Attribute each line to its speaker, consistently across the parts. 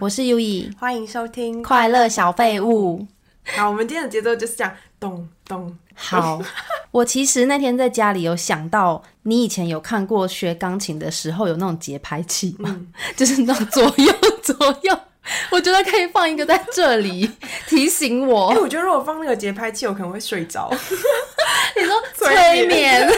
Speaker 1: 我是 U 以
Speaker 2: 欢迎收听。
Speaker 1: 快乐小废物。
Speaker 2: 好，我们今天的节奏就是这样，咚咚。
Speaker 1: 好， 我其实那天在家里有想到，你以前有看过学钢琴的时候有那种节拍器吗？ 就是那种左右左右，我觉得可以放一个在这 里提醒我
Speaker 2: 哎、。我觉得如果放那个节拍器，我可能会睡着。
Speaker 1: 你说
Speaker 2: 催眠
Speaker 1: 催眠。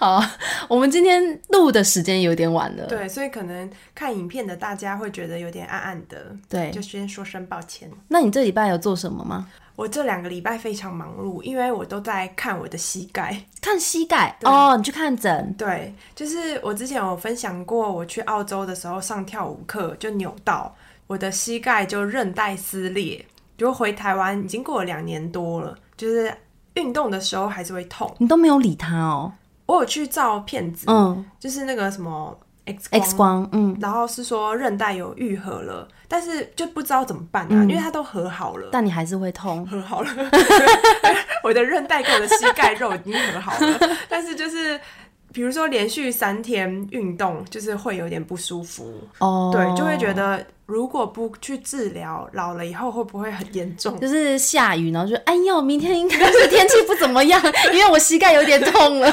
Speaker 1: 好，我们今天录的时间有点晚了。
Speaker 2: 对，所以可能看影片的大家会觉得有点暗暗的，
Speaker 1: 对
Speaker 2: 就先说声抱歉。
Speaker 1: 那你这礼拜有做什么吗？
Speaker 2: 我这两个礼拜非常忙碌，因为我都在看我的膝盖。
Speaker 1: 看膝盖哦，你去看诊。
Speaker 2: 对，就是我之前有分享过，我去澳洲的时候上跳舞课就扭到我的膝盖就韧带撕裂，就回台湾已经过了两年多了，就是运动的时候还是会痛。
Speaker 1: 你都没有理他哦。
Speaker 2: 我有去照片子，
Speaker 1: 嗯
Speaker 2: 就是那个什么 X 光
Speaker 1: ，X 光，嗯，
Speaker 2: 然后是说韧带有愈合了，但是就不知道怎么办
Speaker 1: 嗯
Speaker 2: 啊，因为它都合好了，
Speaker 1: 但你还是会痛。
Speaker 2: 合好了， 我的韧带跟我的膝盖肉已经合好 了，但是就是。比如说连续三天运动，就是会有点不舒服，
Speaker 1: 哦，
Speaker 2: 对，就会觉得如果不去治疗，老了以后会不会很严重？
Speaker 1: 就是下雨，然后就哎呦，明天应该是天气不怎么样， 因为我膝盖有点痛了。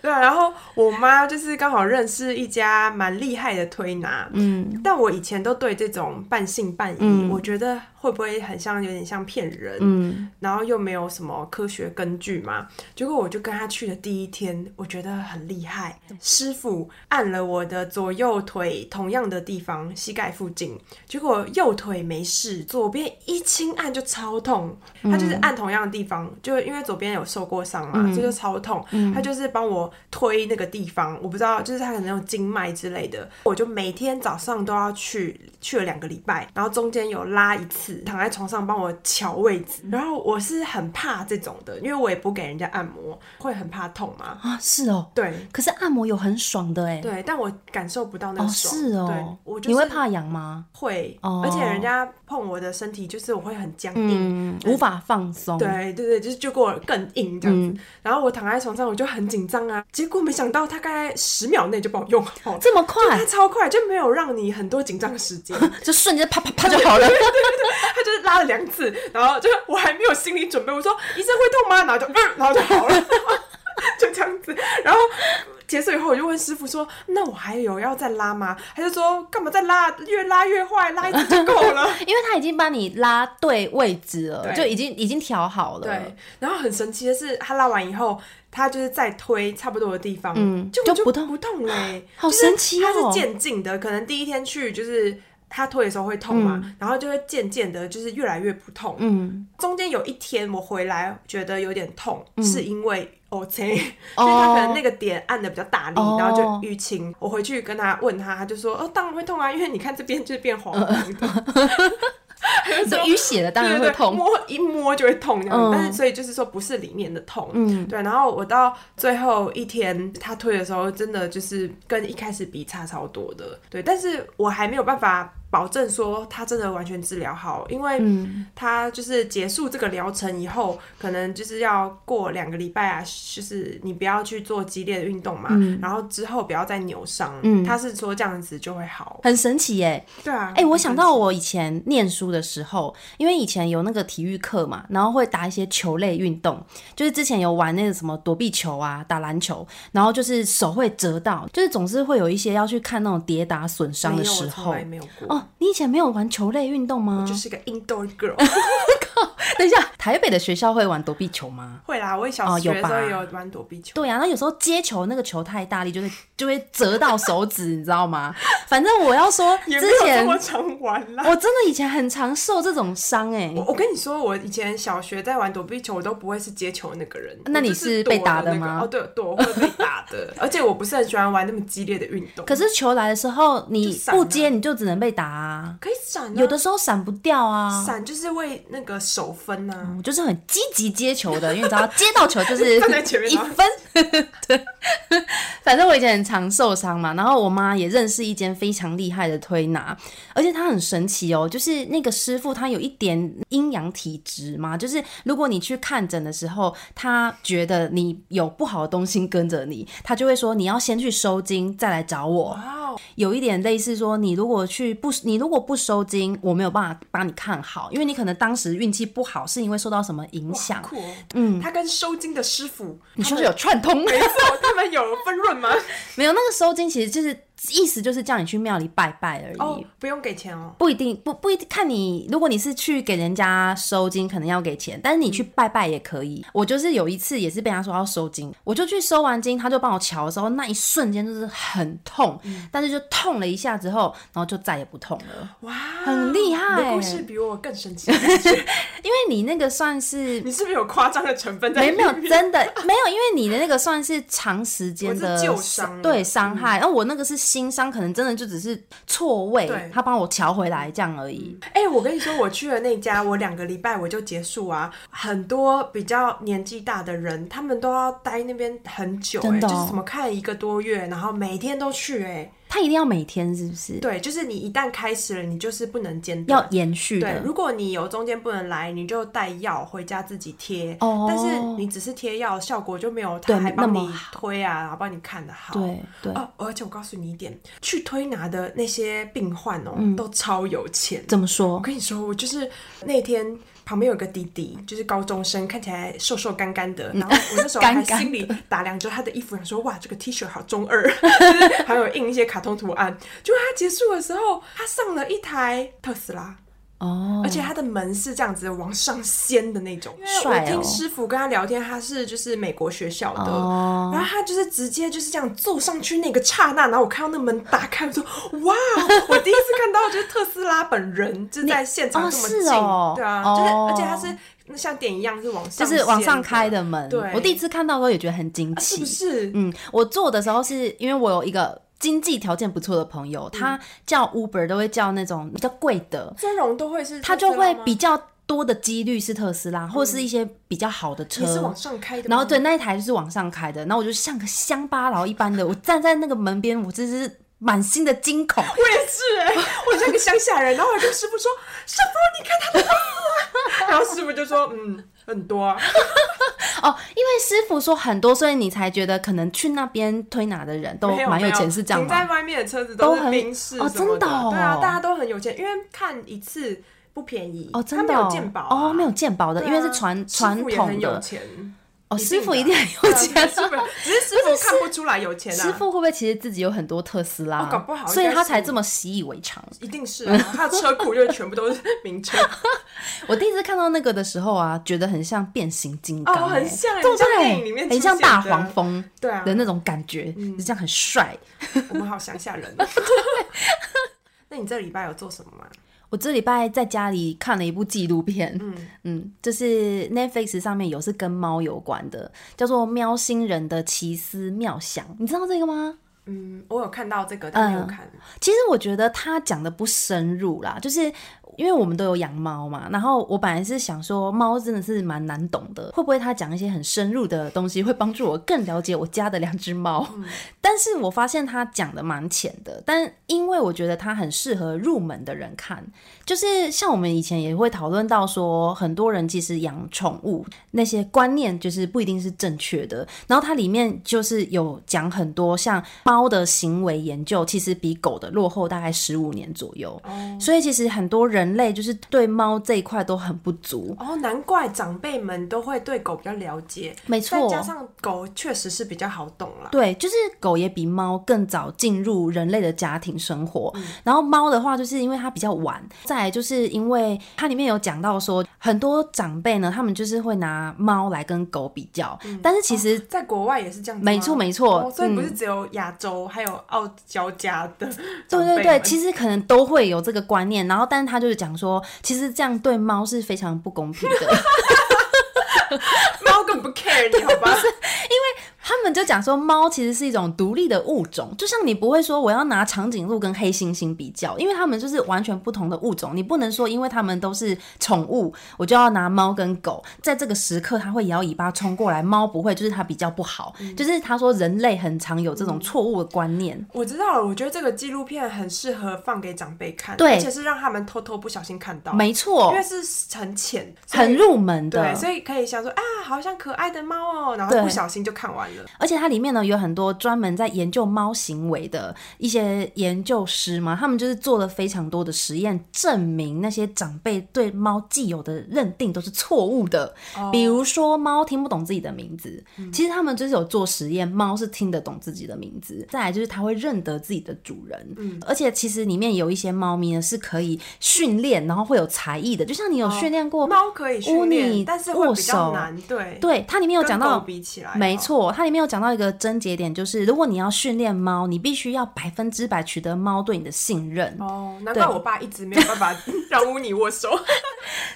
Speaker 2: 对啊，然后我妈就是刚好认识一家蛮厉害的推拿，嗯，但我以前都对这种半信半疑，我觉得会不会很像有点像骗人，
Speaker 1: 嗯，
Speaker 2: 然后又没有什么科学根据嘛。结果我就跟她去的第一天，我觉得很厉害，师傅按了我的左右腿同样的地方，膝盖附近，结果右腿没事，左边一轻按就超痛，他就是按同样的地方，就因为左边有受过伤
Speaker 1: 嗯
Speaker 2: 嘛，这、就超痛。他就是帮我推那个地方，我不知道，就是他可能有经脉之类的。我就每天早上都要去，去了两个礼拜，然后中间有拉一次，躺在床上帮我瞧位置。
Speaker 1: 嗯
Speaker 2: 然后我是很怕这种的，因为我也不给人家按摩，会很怕痛嘛。
Speaker 1: 啊，是哦。
Speaker 2: 对
Speaker 1: 可是按摩有很爽的哎。
Speaker 2: 对，但我感受不到那
Speaker 1: 哦，
Speaker 2: 个爽。
Speaker 1: 是
Speaker 2: 对
Speaker 1: 哦。
Speaker 2: 我就是
Speaker 1: 你会怕痒吗？
Speaker 2: 会，
Speaker 1: 哦
Speaker 2: 而且人家碰我的身体，就是我会很僵硬。
Speaker 1: 嗯，无法放松。嗯
Speaker 2: 对对对，就是就给我更硬这样子。然后我躺在床上，我就很紧张啊。结果没想到大概十秒内就把我用好了，
Speaker 1: 这么
Speaker 2: 它
Speaker 1: 快，
Speaker 2: 超快，就没有让你很多紧张的时间。
Speaker 1: 就瞬间啪啪啪就好了。
Speaker 2: 他就是拉了两次，然后就我还没有心理准备，我说医生会痛吗？然后就嗯、然后就好了， 就这样子。然后结束以后，我就问师傅说：“那我还有要再拉吗？”他就说：“干嘛再拉？越拉越坏，拉一次就够了。”
Speaker 1: 因为他已经把你拉对位置了，
Speaker 2: 对
Speaker 1: 就已经已经调好了。
Speaker 2: 对，，然后很神奇的是，他拉完以后，他就是再推差不多的地方，
Speaker 1: 嗯
Speaker 2: 就
Speaker 1: 就
Speaker 2: 就
Speaker 1: 不
Speaker 2: 痛不痛嘞、
Speaker 1: 好
Speaker 2: 就是
Speaker 1: 神奇哦
Speaker 2: 它是渐进的，可能第一天去就是。他推的时候会痛嘛，然后就会渐渐的，就是越来越不痛。
Speaker 1: 嗯，
Speaker 2: 中间有一天我回来觉得有点痛，是因为 OK，就是
Speaker 1: 哦
Speaker 2: 他可能那个点按的比较大力，
Speaker 1: 哦
Speaker 2: 然后就淤青。我回去跟他问他，他就说：“哦，当然会痛啊，因为你看这边就是变黄
Speaker 1: 嗯
Speaker 2: 黄的。
Speaker 1: 就淤血了，当然
Speaker 2: 对
Speaker 1: 会
Speaker 2: 对对
Speaker 1: 痛。
Speaker 2: 摸一摸就会痛这样子。
Speaker 1: 嗯
Speaker 2: 但是所以就是说不是里面的痛，
Speaker 1: 嗯
Speaker 2: 对。然后我到最后一天他推的时候，真的就是跟一开始比差超多的，对。但是我还没有办法。保证说他真的完全治疗好，因为
Speaker 1: 嗯
Speaker 2: 他就是结束这个疗程以后，可能就是要过两个礼拜啊，就是你不要去做激烈的运动嘛，
Speaker 1: 嗯
Speaker 2: 然后之后不要再扭伤。他是说这样子就会好，
Speaker 1: 很神奇耶！
Speaker 2: 对啊。
Speaker 1: 嗯哎、我想到我以前念书的时候，因为以前有那个体育课嘛，然后会打一些球类运动，就是之前有玩那个什么躲避球啊、打篮球，然后就是手会折到，就是总是会有一些要去看那种跌打损伤
Speaker 2: 没
Speaker 1: 的
Speaker 2: 有，我
Speaker 1: 时
Speaker 2: 从
Speaker 1: 候
Speaker 2: 来。没有过，
Speaker 1: 哦，你以前没有玩球类运动吗？
Speaker 2: 就是一个 indoor girl。
Speaker 1: 等一下，台北的学校会玩躲避球吗？
Speaker 2: 会啦，我小
Speaker 1: 哦
Speaker 2: 学
Speaker 1: 有
Speaker 2: 的时候
Speaker 1: 吧
Speaker 2: 也有玩躲避球。
Speaker 1: 对呀、啊那有时候接球那个球太大力，就会就会折到手指，你知道吗？反正我要说，
Speaker 2: 也
Speaker 1: 之
Speaker 2: 没有这
Speaker 1: 前
Speaker 2: 么常玩啦。
Speaker 1: 我真的以前很常受这种伤哎、
Speaker 2: 我我跟你说，我以前小学在玩躲避球，我都不会是接球的那个人。
Speaker 1: 那你
Speaker 2: 我就是
Speaker 1: 被打
Speaker 2: 躲
Speaker 1: 的
Speaker 2: 那个
Speaker 1: 吗
Speaker 2: 哦，对，躲会被打 的。而且我不是很喜欢玩那么激烈的运动。
Speaker 1: 可是球来的时候，
Speaker 2: 就
Speaker 1: 你
Speaker 2: 闪啊
Speaker 1: 不接你就只能被打啊，
Speaker 2: 可以闪、啊，
Speaker 1: 有的时候闪不掉啊。嗯
Speaker 2: 闪就是为那个手分呐、啊。
Speaker 1: 我就是很积极接球的，因为你知道接到球就是
Speaker 2: 站在前面啊
Speaker 1: 一
Speaker 2: 然后
Speaker 1: 分。 对，反正我以前很常受伤嘛，然后我妈也认识一间非常厉害的推拿，而且她很神奇哦，就是那个师傅他有一点阴阳体质嘛，就是如果你去看诊的时候，他觉得你有不好的东西跟着你，他就会说你要先去收精，再来找我。
Speaker 2: 哇哦
Speaker 1: 有一点类似说，你如果去不，你如果不收金，我没有办法帮你看好，因为你可能当时运气不好，是因为受到什么影响。
Speaker 2: 酷哦，嗯，他跟收金的师傅，
Speaker 1: 你是不是有串通？
Speaker 2: 没错，他们有分润 吗？
Speaker 1: 没有，那个收金其实就是意思就是叫你去庙里拜拜而已。
Speaker 2: 哦，不用给钱哦。
Speaker 1: 不一定，不不一定看你。如果你是去给人家收金，可能要给钱，但是你去拜拜也可以。我就是有一次也是被他说要收金，我就去收完金，他就帮我瞧的时候，那一瞬间就是很痛，但是就痛了一下之后，然后就再也不痛了。
Speaker 2: 哇，哦
Speaker 1: 很厉害
Speaker 2: 你的故事比我更神奇的感觉。
Speaker 1: 因为你那个算是
Speaker 2: 你是不是有夸张的成分在
Speaker 1: 没
Speaker 2: 里
Speaker 1: 没
Speaker 2: 面？
Speaker 1: 有真的没有，因为你的那个算是长时间的
Speaker 2: 我是旧伤了嗯
Speaker 1: 对伤害，然后我那个是新伤，可能真的就只是错位
Speaker 2: 对，
Speaker 1: 他帮我瞧回来这样而已。
Speaker 2: 哎、我跟你说，我去了那家，我两个礼拜我就结束啊。很多比较年纪大的人，他们都要待那边很久、哎、
Speaker 1: 真的哦
Speaker 2: 就是什么看一个多月，然后每天都去、哎，
Speaker 1: 他一定要每天是不是？
Speaker 2: 对，就是你一旦开始了，你就是不能间断
Speaker 1: 要。延续
Speaker 2: 对
Speaker 1: 的，。
Speaker 2: 如果你有中间不能来，你就带药回家自己贴。
Speaker 1: 哦
Speaker 2: 但是你只是贴药，效果就没有
Speaker 1: 对
Speaker 2: 他还帮
Speaker 1: 那么
Speaker 2: 你推啊，然后帮你看的好。
Speaker 1: 对对，
Speaker 2: 哦，而且我告诉你一点，去推拿的那些病患哦，
Speaker 1: 嗯
Speaker 2: 都超有钱。
Speaker 1: 怎么
Speaker 2: 我
Speaker 1: 说？
Speaker 2: 跟你说，我就是那天旁边有个弟弟，就是高中生，看起来瘦瘦干干的。然后我那时候还
Speaker 1: 干干的
Speaker 2: 心里打量着他的衣服，想说哇，这个 T 恤好中二， 就是还有印一些卡通图案。就他结束的时候，他上了一台特斯拉。
Speaker 1: 哦，
Speaker 2: 而且它的门是这样子往上掀的那种。因为我
Speaker 1: 帅哦
Speaker 2: 听师傅跟他聊天，他是就是美国学校的，
Speaker 1: 哦
Speaker 2: 然后他就是直接就是这样坐上去那个刹那，然后我看到那门打开，我说哇，我第一次看到就是特斯拉本人就在现场
Speaker 1: 哦
Speaker 2: 这么
Speaker 1: 是
Speaker 2: 近，
Speaker 1: 哦
Speaker 2: 对啊，
Speaker 1: 哦
Speaker 2: 就是而且他是像电影一样是往
Speaker 1: 就
Speaker 2: 上，
Speaker 1: 是往上开。的门
Speaker 2: 对，啊
Speaker 1: 我第一次看到的时候也觉得很惊
Speaker 2: 是
Speaker 1: 奇
Speaker 2: 不。是？
Speaker 1: 嗯，我做的时候是因为我有一个。经济条件不错的朋友，
Speaker 2: 嗯
Speaker 1: 他叫 Uber 都会叫那种比较贵的，
Speaker 2: 尊荣都会是
Speaker 1: 他就
Speaker 2: 特斯拉
Speaker 1: 会
Speaker 2: 吗嗯
Speaker 1: 比较多的几率是特斯拉，或是一些比较好的车
Speaker 2: 也。是往上开的吗，
Speaker 1: 呃然后对那一台就是往上开的，然后我就像个乡巴佬一 般的，我站在那个门边，我真是满心的惊恐。
Speaker 2: 我也是 哎、我像个乡下人，然后我跟师傅说：“师傅，你看他的袜子啊。”然后 师傅就说：“嗯，很多啊。
Speaker 1: 哦，因为师傅说很多，所以你才觉得可能去那边推拿的人都
Speaker 2: 没有”
Speaker 1: 哦蛮
Speaker 2: 没有
Speaker 1: 钱，是这样
Speaker 2: 停在
Speaker 1: 吗？
Speaker 2: 外面的车子
Speaker 1: 都
Speaker 2: 是
Speaker 1: 很
Speaker 2: 宾士
Speaker 1: 哦
Speaker 2: 什么
Speaker 1: 真的哦
Speaker 2: 对啊，大家都很有钱，因为看一次不便宜
Speaker 1: 哦，真的
Speaker 2: 他没
Speaker 1: 哦
Speaker 2: 有鉴宝、啊、
Speaker 1: 哦，没有鉴宝的，
Speaker 2: 对啊，
Speaker 1: 因为是传传
Speaker 2: 师傅也
Speaker 1: 统
Speaker 2: 很有
Speaker 1: 的
Speaker 2: 钱，
Speaker 1: 哦，师傅一定
Speaker 2: 定的
Speaker 1: 很有
Speaker 2: 对啊
Speaker 1: 钱。
Speaker 2: 师傅只是师傅看不出来有钱啊，
Speaker 1: 师傅会不会其实自己有很多特斯拉，
Speaker 2: 哦搞不好
Speaker 1: 所以
Speaker 2: 应该
Speaker 1: 他
Speaker 2: 是
Speaker 1: 才这么习以为常？
Speaker 2: 一定是、啊、他的车库就是全部都是名 车，
Speaker 1: 我第一次看到那个的时候啊，觉得很像变形金刚、欸，
Speaker 2: 哦很像
Speaker 1: 对不
Speaker 2: 很像
Speaker 1: 对？
Speaker 2: 电影里面
Speaker 1: 很像
Speaker 2: 出现的嗯
Speaker 1: 大黄蜂
Speaker 2: 对啊
Speaker 1: 的，那种感觉，就这样很帅。
Speaker 2: 我们好乡下 人、啊。那你这礼拜有做什么吗？
Speaker 1: 我这礼拜在家里看了一部纪录片，嗯就是 Netflix 上面有是跟猫有关的，叫做《喵星人的奇思妙想》，你知道这个吗？
Speaker 2: 嗯，我有看到这个，但没有看。
Speaker 1: 其实我觉得他讲的不深入啦，就是因为我们都有养猫嘛，然后我本来是想说猫真的是蛮难懂的，会不会他讲一些很深入的东西会帮助我更了解我家的两只猫？ 但是我发现他讲的蛮浅的，但因为我觉得它很适合入门的人看，就是像我们以前也会讨论到说，很多人其实养宠物那些观念就是不一定是正确的。然后它里面就是有讲很多像猫的行为研究，其实比狗的落后大概十五年左右。
Speaker 2: 哦
Speaker 1: 所以其实很多人类就是对猫这一块都很不足。
Speaker 2: 哦，难怪长辈们都会对狗比较了解，
Speaker 1: 没
Speaker 2: 再
Speaker 1: 错，
Speaker 2: 加上狗确实是比较好懂啦。
Speaker 1: 对，就是狗也比猫更早进入人类的家庭生活。
Speaker 2: 嗯
Speaker 1: 然后猫的话，就是因为它比较晚，再来就是因为它里面有讲到说，很多长辈呢，他们就是会拿猫来跟狗比较，
Speaker 2: 嗯
Speaker 1: 但是其实、
Speaker 2: 在国外也是这样子吗，
Speaker 1: 没错没错嗯
Speaker 2: 哦所以不是只有亚洲，还有傲娇家的长
Speaker 1: 对
Speaker 2: 辈们。
Speaker 1: 对对，其实可能都会有这个观念，然后但是他就是讲说，其实这样对猫是非常不公平的。
Speaker 2: 猫更不 care 你，好吧？
Speaker 1: 他们就讲说，猫其实是一种独立的物种，就像你不会说我要拿长颈鹿跟黑猩猩比较，因为它们就是完全不同的物种，你不能说因为它们都是宠物，我就要拿猫跟狗，在这个时刻它会摇尾巴冲过来，猫不会，就是它比较不好，
Speaker 2: 嗯
Speaker 1: 就是他说人类很常有这种错误的观念。
Speaker 2: 我知道了，我觉得这个纪录片很适合放给长辈看，
Speaker 1: 对
Speaker 2: 而且是让他们偷偷不小心看到，
Speaker 1: 没
Speaker 2: 嗯
Speaker 1: 错
Speaker 2: 因为，是很浅，所以
Speaker 1: 很入门的，
Speaker 2: 对，所以可以想说啊，好像可爱的猫哦，然后
Speaker 1: 对
Speaker 2: 不小心就看完了。了。
Speaker 1: 而且它里面呢有很多专门在研究猫行为的一些研究师嘛，他们就是做了非常多的实验，证明那些长辈对猫既有的认定都是错误的。
Speaker 2: 哦
Speaker 1: 比如说猫听不懂自己的名字，其实他们就是有做实验，猫是听得懂自己的名字。再来就是它会认得自己的主人，
Speaker 2: 嗯
Speaker 1: 而且其实里面有一些猫咪呢是可以训练，然后会有才艺的，就像你有训练过
Speaker 2: 哦猫可以训
Speaker 1: 乌尼
Speaker 2: 练，但是会比
Speaker 1: 握手
Speaker 2: 较难。对，
Speaker 1: 对，它里面有
Speaker 2: 跟
Speaker 1: 讲到
Speaker 2: 狗比起来，哦
Speaker 1: 没，错，它里面有讲到一个症结点，就是如果你要训练猫，你必须要百分之百取得猫对你的信任。
Speaker 2: 哦，难怪我爸一直没有办法 让乌尼握手。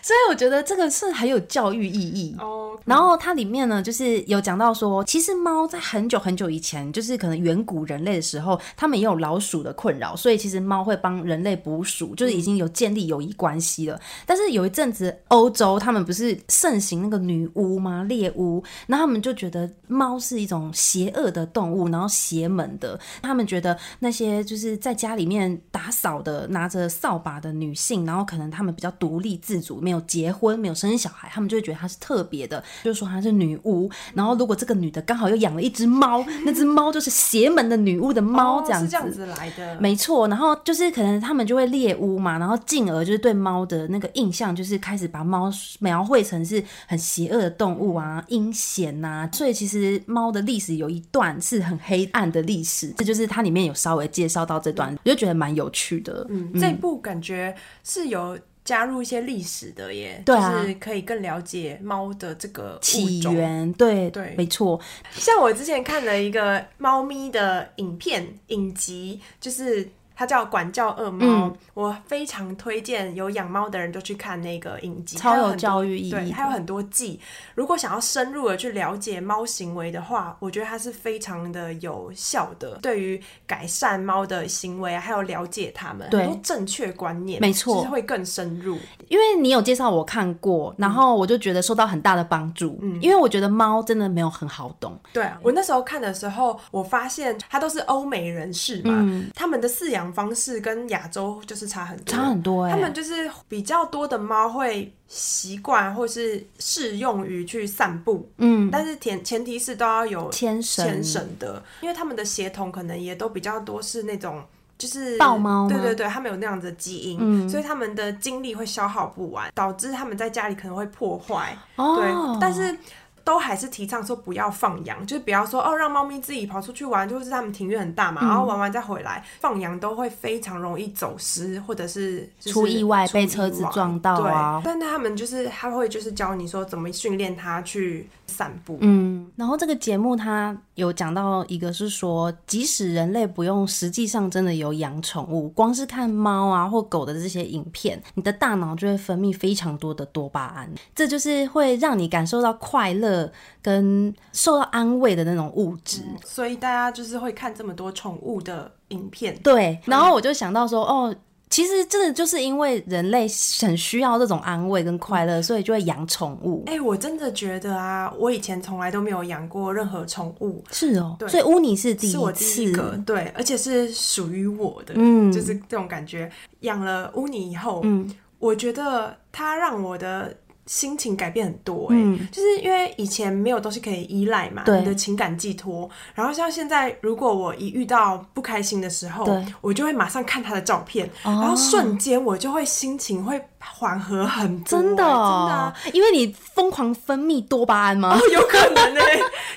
Speaker 1: 所以我觉得这个是很有教育意义。
Speaker 2: 哦，
Speaker 1: 然后它里面呢，就是有讲到说，其实猫在很久很久以前，就是可能远古人类的时候，他们也有老鼠的困扰，所以其实猫会帮人类捕鼠，就是已
Speaker 2: 嗯
Speaker 1: 经有建立友谊关系了。但是有一阵子，欧洲他们不是盛行那个女巫吗？猎巫，然后他们就觉得猫是一种邪恶的动物，然后邪门的，他们觉得那些就是在家里面打扫的、拿着扫把的女性，然后可能她们比较独立自主，没有结婚、没有生小孩，他们就会觉得她是特别的，就说她是女巫。然后如果这个女的刚好又养了一只猫，那只猫就是邪门的女巫的猫，
Speaker 2: 哦
Speaker 1: 这样
Speaker 2: 是
Speaker 1: 子。
Speaker 2: 这样子来的，
Speaker 1: 没错，然后就是可能他们就会猎巫嘛，然后进而就是对猫的那个印象，就是开始把猫描绘成是很邪恶的动物啊、阴险呐、所以其实猫的历史有一段是很黑暗的历史，这就是它里面有稍微介绍到这段，我就觉得蛮有趣的。
Speaker 2: 嗯，这部感觉是有加入一些历史的耶，
Speaker 1: 对啊
Speaker 2: 就是可以更了解猫的这个物
Speaker 1: 起
Speaker 2: 种。
Speaker 1: 源对
Speaker 2: 对
Speaker 1: 没错，
Speaker 2: 像我之前看了一个猫咪的影片影集，就是。它叫管教恶猫，
Speaker 1: 嗯
Speaker 2: 我非常推荐有养猫的人就去看那个影集，
Speaker 1: 超
Speaker 2: 它有
Speaker 1: 有
Speaker 2: 很多
Speaker 1: 教育意义
Speaker 2: 对，
Speaker 1: 的
Speaker 2: 还有很多季。如果想要深入的去了解猫行为的话，我觉得它是非常的有效的，对于改善猫的行为啊，还有了解它们，
Speaker 1: 对
Speaker 2: 很多正确观念，
Speaker 1: 没错
Speaker 2: 就是会更深入。
Speaker 1: 因为你有介绍我看过，然后我就觉得受到很大的帮助，
Speaker 2: 嗯
Speaker 1: 因为我觉得猫真的没有很好懂，
Speaker 2: 对啊，我那时候看的时候，我发现它都是欧美人士嘛，他们的饲养方式跟亚洲就是差很多，
Speaker 1: 嗯差很多哎、
Speaker 2: 他们就是比较多的猫会习惯或是适用于去散步，
Speaker 1: 嗯，
Speaker 2: 但是前前提是都要有
Speaker 1: 牵绳
Speaker 2: 牵绳的，因为他们的血统可能也都比较多是那种。就是
Speaker 1: 豹猫吗嗯
Speaker 2: 对对对，他们有那样子的基因，所以他们的精力会消耗不完，导致他们在家里可能会破坏。
Speaker 1: 哦
Speaker 2: 对，，但是都还是提倡说不要放羊，就是不要说哦让猫咪自己跑出去玩，就是他们庭院很大
Speaker 1: 嗯
Speaker 2: 嘛，然后玩完再回来，放羊都会非常容易走失或者是就是
Speaker 1: 出意外
Speaker 2: 出
Speaker 1: 被车子撞到啊
Speaker 2: 对，但他们就是他会就是教你说怎么训练它去散步，
Speaker 1: 嗯，然后这个节目它有讲到一个是说，即使人类不用实际上真的有养宠物，光是看猫啊或狗的这些影片，你的大脑就会分泌非常多的多巴胺，这就是会让你感受到快乐跟受到安慰的那种物质。
Speaker 2: 所以大家就是会看这么多宠物的影片。
Speaker 1: 对，然后我就想到说，哦。其实真的就是因为人类很需要这种安慰跟快乐，所以就会养宠物。
Speaker 2: 哎、我真的觉得啊，我以前从来都没有养过任何宠物，
Speaker 1: 是哦，所以乌尼是第
Speaker 2: 是我
Speaker 1: 一
Speaker 2: 第一
Speaker 1: 次，
Speaker 2: 个，对，而且是属于我的，
Speaker 1: 嗯
Speaker 2: 就是这种感觉。养了乌尼以后，
Speaker 1: 嗯，
Speaker 2: 我觉得它让我的心情改变很多、欸，就是因为以前没有东西可以依赖嘛，
Speaker 1: 嗯对
Speaker 2: 你的情感寄托。然后像现在，如果我一遇到不开心的时候
Speaker 1: 对，哦
Speaker 2: 我就会马上看他的照片，然后瞬间我就会心情会缓和很多、欸
Speaker 1: 真
Speaker 2: 真
Speaker 1: 的、哦，
Speaker 2: 的啊、
Speaker 1: 因为你疯狂分泌多巴胺吗？
Speaker 2: 哦，有可能呢、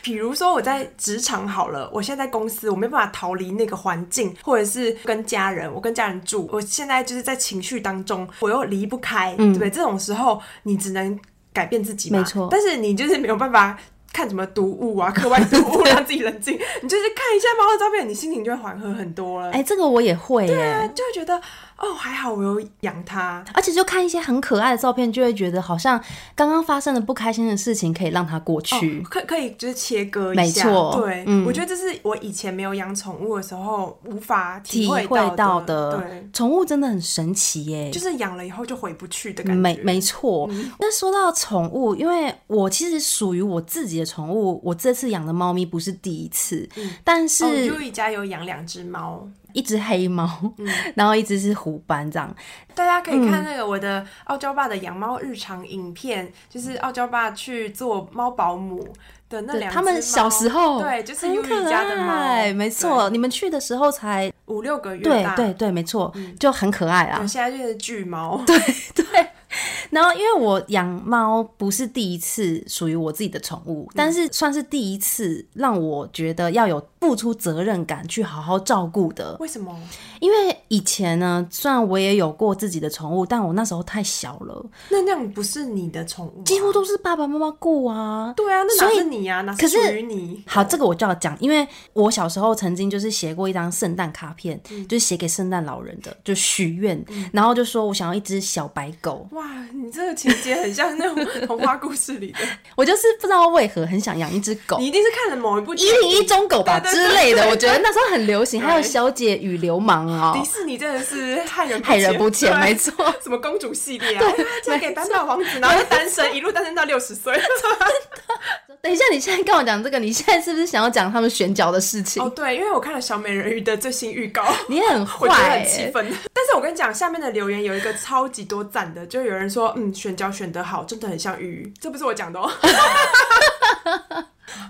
Speaker 2: 比如说我在职场好了，我现在在公司，我没办法逃离那个环境，或者是跟家人，我跟家人住，我现在就是在情绪当中，我又离不开，对不对？这种时候你只能改变自己嘛，
Speaker 1: 嗯没错
Speaker 2: 但是你就是没有办法。看什么读物啊，课外读物让自己冷静。你就是看一下猫的照片，你心情就会缓和很多了。
Speaker 1: 哎、这个我也会耶、
Speaker 2: 就会觉得哦，还好我有养它。
Speaker 1: 而且就看一些很可爱的照片，就会觉得好像刚刚发生的不开心的事情可以让它过去。
Speaker 2: 可可以就是切割一
Speaker 1: 没
Speaker 2: 下，
Speaker 1: 错嗯
Speaker 2: 对、我觉得这是我以前没有养宠物的时候无法
Speaker 1: 体
Speaker 2: 会
Speaker 1: 会到
Speaker 2: 的，
Speaker 1: 的
Speaker 2: 对，
Speaker 1: 宠物真的很神奇耶、
Speaker 2: 就是养了以后就回不去的感觉。
Speaker 1: 没没错，那说到宠物，因为我其实属于我自己的宠物，我这次养的猫咪不是第一次，但是、
Speaker 2: 哦，优怡家有养两只猫，
Speaker 1: 一只黑猫， 然后一只是虎斑这样，
Speaker 2: 大家可以
Speaker 1: 嗯
Speaker 2: 看那个我的傲娇爸的养猫日常影片，就是傲娇爸去做猫保姆。的那
Speaker 1: 对
Speaker 2: 两只
Speaker 1: 他们
Speaker 2: 猫
Speaker 1: 小时候
Speaker 2: 对，就是
Speaker 1: 很
Speaker 2: 尤
Speaker 1: 可
Speaker 2: 里家的
Speaker 1: 爱，
Speaker 2: 猫，
Speaker 1: 没错。你们去的时候才
Speaker 2: 对，五六个月
Speaker 1: 对
Speaker 2: 大，嗯
Speaker 1: 对对，没错，就很可爱啦
Speaker 2: 对，。现在就是巨猫，
Speaker 1: 然后，因为我养猫不是第一次属于我自己的宠物，
Speaker 2: 嗯
Speaker 1: 但是算是第一次让我觉得要有付出责任感去好好照顾的。
Speaker 2: 为什么？
Speaker 1: 因为以前呢，虽然我也有过自己的宠物，但我那时候太小了，
Speaker 2: 那那样不是你的宠物啊、
Speaker 1: 几乎都是爸爸妈妈顾啊。
Speaker 2: 对啊，那哪
Speaker 1: 所以
Speaker 2: 是你啊？哪
Speaker 1: 可
Speaker 2: 属
Speaker 1: 是
Speaker 2: 于你？
Speaker 1: 好，这个我就要讲，因为我小时候曾经就是写过一张圣诞卡片，
Speaker 2: 嗯
Speaker 1: 就是写给圣诞老人的，就许愿，然后就说我想要一只小白狗，
Speaker 2: 哇，你这个情节很像那种童话故事里的，
Speaker 1: 我就是不知道为何很想养一只狗
Speaker 2: 你。一定是看了某一部
Speaker 1: 哦一零一中狗吧
Speaker 2: 对
Speaker 1: 之
Speaker 2: 对对
Speaker 1: 类的，
Speaker 2: 对
Speaker 1: 我觉得那时候很流行。还有《小姐与流氓》
Speaker 2: 迪
Speaker 1: 哦，
Speaker 2: 士尼真的是害人
Speaker 1: 害人不浅，
Speaker 2: 对啊
Speaker 1: 没错。
Speaker 2: 什么公主系列啊，嫁给白马王子，然后就单身，一路单身到六十 岁。
Speaker 1: 等一下，你现在跟我讲这个，你现在是不是想要讲他们选角的事情
Speaker 2: 哦，？对，因为我看了小美人鱼的最新预告。
Speaker 1: 你很
Speaker 2: 我觉得
Speaker 1: 坏
Speaker 2: 很气
Speaker 1: 欸，
Speaker 2: 愤，但是我跟你讲，下面的留言有一个超级多赞的，就有人说，嗯，选角选得好，真的很像鱼，这不是我讲的哦。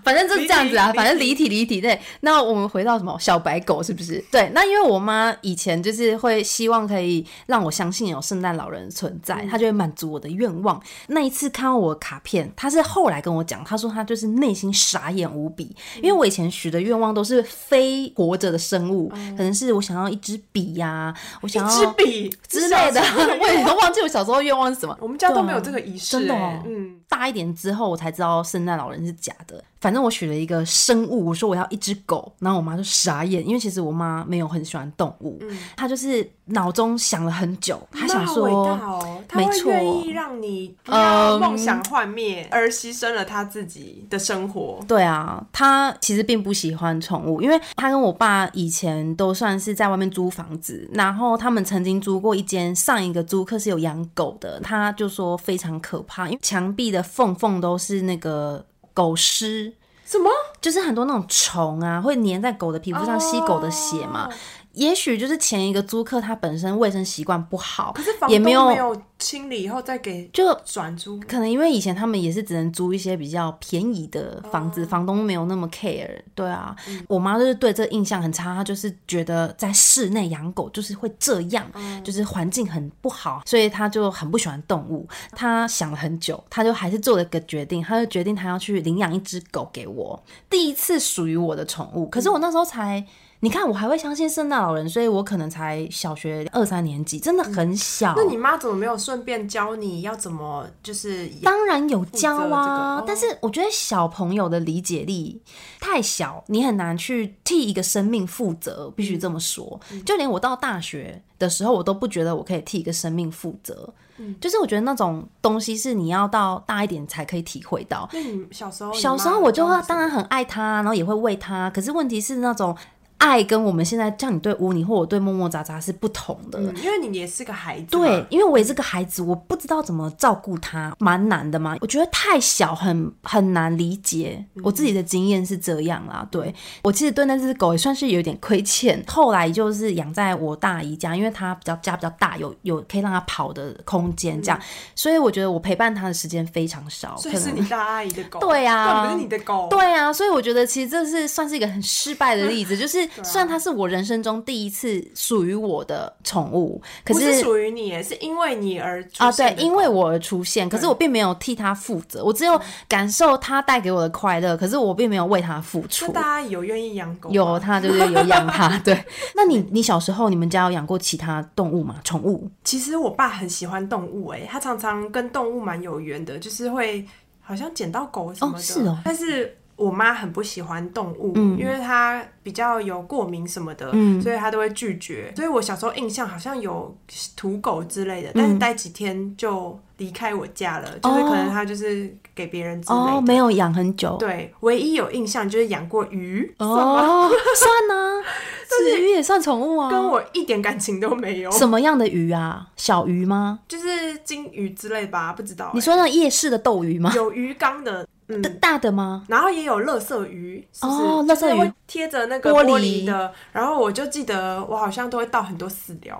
Speaker 1: 反正就是这样子啊，
Speaker 2: 离题
Speaker 1: 反正离
Speaker 2: 离
Speaker 1: 体离体对。那我们回到什么小白狗是不是？对，那因为我妈以前就是会希望可以让我相信有圣诞老人存
Speaker 2: 嗯
Speaker 1: 在，她就会满足我的愿望。那一次看到我的卡片，她是后来跟我讲，她说她就是内心傻眼无比，
Speaker 2: 嗯
Speaker 1: 因为我以前许的愿望都是非活着的生物，可能是我想要一支笔呀、我想
Speaker 2: 哦一支
Speaker 1: 要
Speaker 2: 笔
Speaker 1: 之类的，我也
Speaker 2: 我
Speaker 1: 都忘记我小时候愿望是什么。
Speaker 2: 我们家都
Speaker 1: 对啊
Speaker 2: 没有这个仪式、
Speaker 1: 真的
Speaker 2: 欸
Speaker 1: 哦
Speaker 2: 嗯，
Speaker 1: 大一点之后，我才知道圣诞老人是假的。反正我许了一个生物，我说我要一只狗，然后我妈就傻眼，因为其实我妈没有很喜欢动物，她就是脑中想了很久，她想说，
Speaker 2: 嗯
Speaker 1: 嗯
Speaker 2: 那好伟大哦，他
Speaker 1: 没
Speaker 2: 会
Speaker 1: 错
Speaker 2: 愿意让你不要梦想幻灭，而牺牲了他自己的生活。
Speaker 1: 对啊，他其实并不喜欢宠物，因为他跟我爸以前都算是在外面租房子，然后他们曾经租过一间，上一个租客是有养狗的，他就说非常可怕，因为墙壁的缝缝都是那个狗尸。
Speaker 2: 什么？
Speaker 1: 就是很多那种虫啊，会粘在狗的皮肤上，吸狗的血
Speaker 2: 哦
Speaker 1: 嘛。也许就是前一个租客他本身卫生习惯不好，
Speaker 2: 可是房
Speaker 1: 也
Speaker 2: 东
Speaker 1: 没
Speaker 2: 没
Speaker 1: 有
Speaker 2: 有清理以后再给
Speaker 1: 就
Speaker 2: 转租，
Speaker 1: 可能因为以前他们也是只能租一些比较便宜的房
Speaker 2: 哦
Speaker 1: 子，房东没有那么 care。对啊，
Speaker 2: 嗯
Speaker 1: 我妈就是对这印象很差，她就是觉得在室内养狗就是会这样，
Speaker 2: 哦
Speaker 1: 就是环境很不好，所以她就很不喜欢动物。她想了很久，她就还是做了个决定，她就决定她要去领养一只狗给我，第一次属于我的宠物。
Speaker 2: 嗯
Speaker 1: 可是我那时候才。你看，我还会相信圣诞老人，所以我可能才小学二三年级，真的很
Speaker 2: 嗯
Speaker 1: 小。
Speaker 2: 那你妈怎么没有顺便教你要怎么就是养？
Speaker 1: 当然有教啊，
Speaker 2: 负责这个哦
Speaker 1: 但是我觉得小朋友的理解力太小，你很难去替一个生命负责，必须这么说。
Speaker 2: 嗯
Speaker 1: 就连我到大学的时候，我都不觉得我可以替一个生命负责。
Speaker 2: 嗯
Speaker 1: 就是我觉得那种东西是你要到大一点才可以体会到。
Speaker 2: 那你小时候你妈
Speaker 1: 小时候我就会
Speaker 2: 教你什
Speaker 1: 当
Speaker 2: 么
Speaker 1: 然很爱他，然后也会喂他，可是问题是那种。爱跟我们现在像你对乌尼或我对么么喳喳是不同的，
Speaker 2: 嗯因为你也是个孩子，
Speaker 1: 对，，因为我也是个孩子，我不知道怎么照顾他，蛮难的嘛。我觉得太小，很很难理解。
Speaker 2: 嗯
Speaker 1: 我自己的经验是这样啦。对我其实对那只狗也算是有点亏欠。后来就是养在我大姨家，因为它比较家比较大，有有可以让它跑的空间，这样。所以我觉得我陪伴它的时间非常少，
Speaker 2: 嗯所
Speaker 1: 可
Speaker 2: 以是
Speaker 1: 能。
Speaker 2: 你大阿姨的狗，
Speaker 1: 对啊
Speaker 2: 根本不是你的狗，
Speaker 1: 对啊，所以我觉得其实这是算是一个很失败的例子，就是虽然它是我人生中第一次属于我的宠物，可
Speaker 2: 不是属于你耶，是因为你而出
Speaker 1: 啊，对
Speaker 2: 现，的
Speaker 1: 因为我而出现，可是我并没有替他负责，我只有
Speaker 2: 嗯
Speaker 1: 感受他带给我的快乐，可是我并没有为他付
Speaker 2: 那
Speaker 1: 出
Speaker 2: 大。阿姨有愿意养狗吗，
Speaker 1: 有他就是有养 他，对。那你你小时候你们家有养过其他动物吗？宠物？
Speaker 2: 其实我爸很喜欢动物、欸，他常常跟动物蛮有缘的，就是会好像捡到狗什么的。
Speaker 1: 哦是哦嗯
Speaker 2: 但是我妈很不喜欢动物，因为她比较有过敏什么的，所以她都会拒绝。所以我小时候印象好像有土狗之类的，
Speaker 1: 嗯
Speaker 2: 但是待几天就离开我家了，就是可能她就是给别人之类的。
Speaker 1: 哦，没有养很久。
Speaker 2: 对，唯一有印象就是养过鱼，
Speaker 1: 哦， 算啊， 是鱼也算宠物啊。
Speaker 2: 跟我一点感情都没有，
Speaker 1: 什么样的鱼啊？小鱼吗？
Speaker 2: 哎就是金鱼之类吧，不知道欸、
Speaker 1: 你说那夜市的斗鱼吗？
Speaker 2: 有鱼缸的嗯
Speaker 1: 大大的吗？
Speaker 2: 然后也有乐色鱼，是不是
Speaker 1: 哦垃圾
Speaker 2: 就是
Speaker 1: 鱼
Speaker 2: 会贴着那个
Speaker 1: 玻
Speaker 2: 玻
Speaker 1: 璃
Speaker 2: 璃的。然后我就记得我好像都会倒很多饲 料，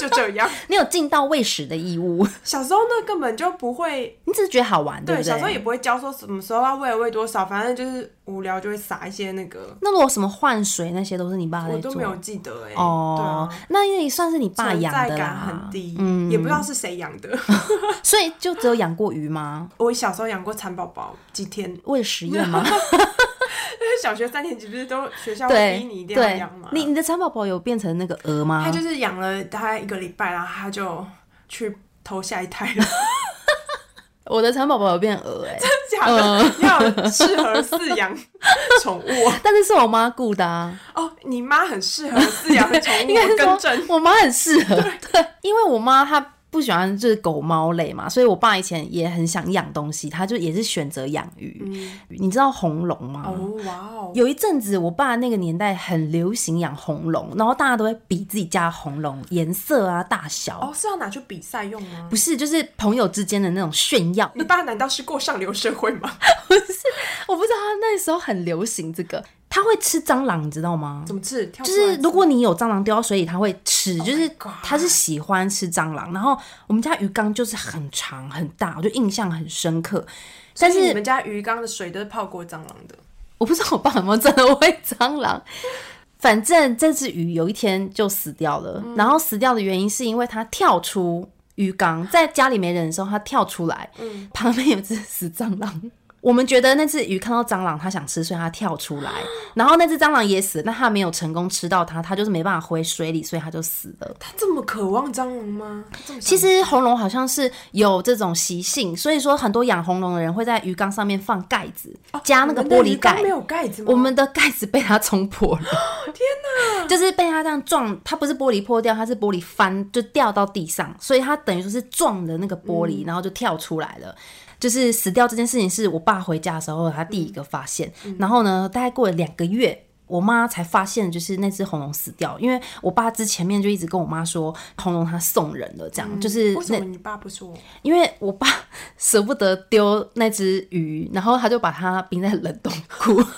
Speaker 2: 就这样。
Speaker 1: 你有尽到喂食的义务，
Speaker 2: 小时候那根本就不会，
Speaker 1: 你只是觉得好玩，
Speaker 2: 对，
Speaker 1: 不
Speaker 2: 小时候
Speaker 1: 对？
Speaker 2: 也不会教说什么时候要喂喂多少，反正就是无聊就会撒一些那个，
Speaker 1: 那如果什么换水那些都是你爸在
Speaker 2: 我都
Speaker 1: 做
Speaker 2: 没有记得哎、欸。
Speaker 1: 哦，那因为算是你
Speaker 2: 对啊，
Speaker 1: 爸
Speaker 2: 存
Speaker 1: 养
Speaker 2: 在
Speaker 1: 的
Speaker 2: 感
Speaker 1: 啦，
Speaker 2: 很低，
Speaker 1: 嗯，
Speaker 2: 也不知道是谁养的。
Speaker 1: 所以就只有养过鱼吗？
Speaker 2: 我小时候养过蚕宝宝几天，因
Speaker 1: 为了实验吗？
Speaker 2: 为 小学三年级不是都学校啊会逼
Speaker 1: 对
Speaker 2: 你一定要
Speaker 1: 对
Speaker 2: 养嘛，，
Speaker 1: 你你的蚕宝宝有变成那个鹅吗
Speaker 2: 他？就是养了大概一个礼拜，然后他就去投下一胎 了。
Speaker 1: 我的蚕宝宝有变 鹅哎、
Speaker 2: 假的， 要有适合饲养宠物 哦
Speaker 1: 但是是我妈雇的啊，
Speaker 2: 哦。你妈很适合饲养 宠物，
Speaker 1: 应该
Speaker 2: 我
Speaker 1: 是
Speaker 2: 更
Speaker 1: 说
Speaker 2: 正。
Speaker 1: 我妈很适合，对，因为我妈她不喜欢就是狗猫类嘛，所以我爸以前也很想养东西，他就也是选择养鱼。你知道红龙吗？
Speaker 2: 嗯哦，哇哦，
Speaker 1: 有一阵子，我爸那个年代很流行养红龙，然后大家都会比自己家的红龙颜色啊、大小，
Speaker 2: 哦是要拿去比赛用吗？
Speaker 1: 不是就是朋友之间的那种炫耀。
Speaker 2: 你爸难道是过上流社会吗？
Speaker 1: 我不知道他那时候很流行这个，哦他会吃蟑螂，你知道吗？
Speaker 2: 怎么吃？就
Speaker 1: 就是如果你有蟑螂丢到水里，它会吃，就是
Speaker 2: God
Speaker 1: 它是喜欢吃蟑螂。然后我们家鱼缸就是很长很大，我就印象很深刻。但
Speaker 2: 你
Speaker 1: 是
Speaker 2: 们家鱼缸的水都是泡过蟑螂的。
Speaker 1: 我不知道我爸有没有真的喂蟑螂。 反正这只鱼有一天就死掉了，然后死掉的原因是因为它跳出鱼缸，在家里没人的时候它跳出来，旁边有只死蟑螂。我们觉得那只鱼看到蟑螂，它想吃，所以它跳出来，然后那只蟑螂也死，那它没有成功吃到它，它就是没办法回水里，所以它就死了。
Speaker 2: 他这么渴望蟑螂吗？他这么想
Speaker 1: 其实红龙好像是有这种习性，所以说很多养红龙的人会在鱼缸上面放盖子，加那个
Speaker 2: 你们
Speaker 1: 玻
Speaker 2: 的鱼
Speaker 1: 璃
Speaker 2: 缸
Speaker 1: 盖
Speaker 2: 没。有盖子吗？
Speaker 1: 我们的盖子被它冲破 了，天哪！就是被它这样撞，它不是玻璃破掉，它是玻璃翻就掉到地上，所以它等于说是撞了那个玻
Speaker 2: 嗯
Speaker 1: 璃，然后就跳出来了。就是死掉这件事情，是我爸回家的时候他第一个发现，
Speaker 2: 嗯
Speaker 1: 然后呢，大概过了两个月。我妈才发现，就是那只红龙死掉，因为我爸之前面就一直跟我妈说，红龙他送人了，这样、就是
Speaker 2: 嗯为什
Speaker 1: 那
Speaker 2: 么你爸不说？
Speaker 1: 因为我爸 舍不得丢那只鱼，然后他就把它冰在冷冻库。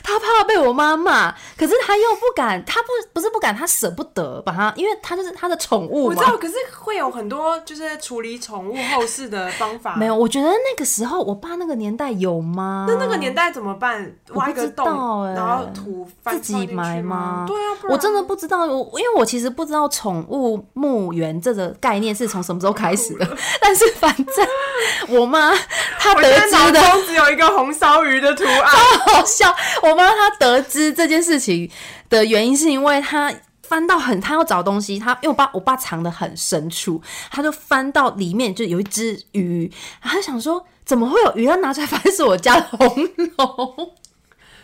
Speaker 1: 他怕被我妈骂，可是他又不敢，他不不是不敢，他舍不得把它，因为他就是他的宠物
Speaker 2: 我知
Speaker 1: 嘛。
Speaker 2: 道，可是会有很多就是处理宠物后事的方法。
Speaker 1: 没有，我觉得那个时候我爸那个年代有吗？
Speaker 2: 那那个年代怎么办？挖一个洞，
Speaker 1: 我不知道欸
Speaker 2: 然后土翻
Speaker 1: 自己埋
Speaker 2: 吗
Speaker 1: 吗？？
Speaker 2: 对啊，不然
Speaker 1: 我真的不知道，我因为我其实不知道宠物墓园这个概念是从什么时候开始的，但是反正我妈她
Speaker 2: 我
Speaker 1: 得
Speaker 2: 现在
Speaker 1: 知的
Speaker 2: 脑中只有一个红烧鱼的图案。
Speaker 1: 好笑。我妈她得知这件事情的原因，是因为她翻到很，她要找东西，她因为我爸我爸藏得很深处，她就翻到里面就有一只鱼，她就想说怎么会有鱼？她拿出来发现是我家的红龙。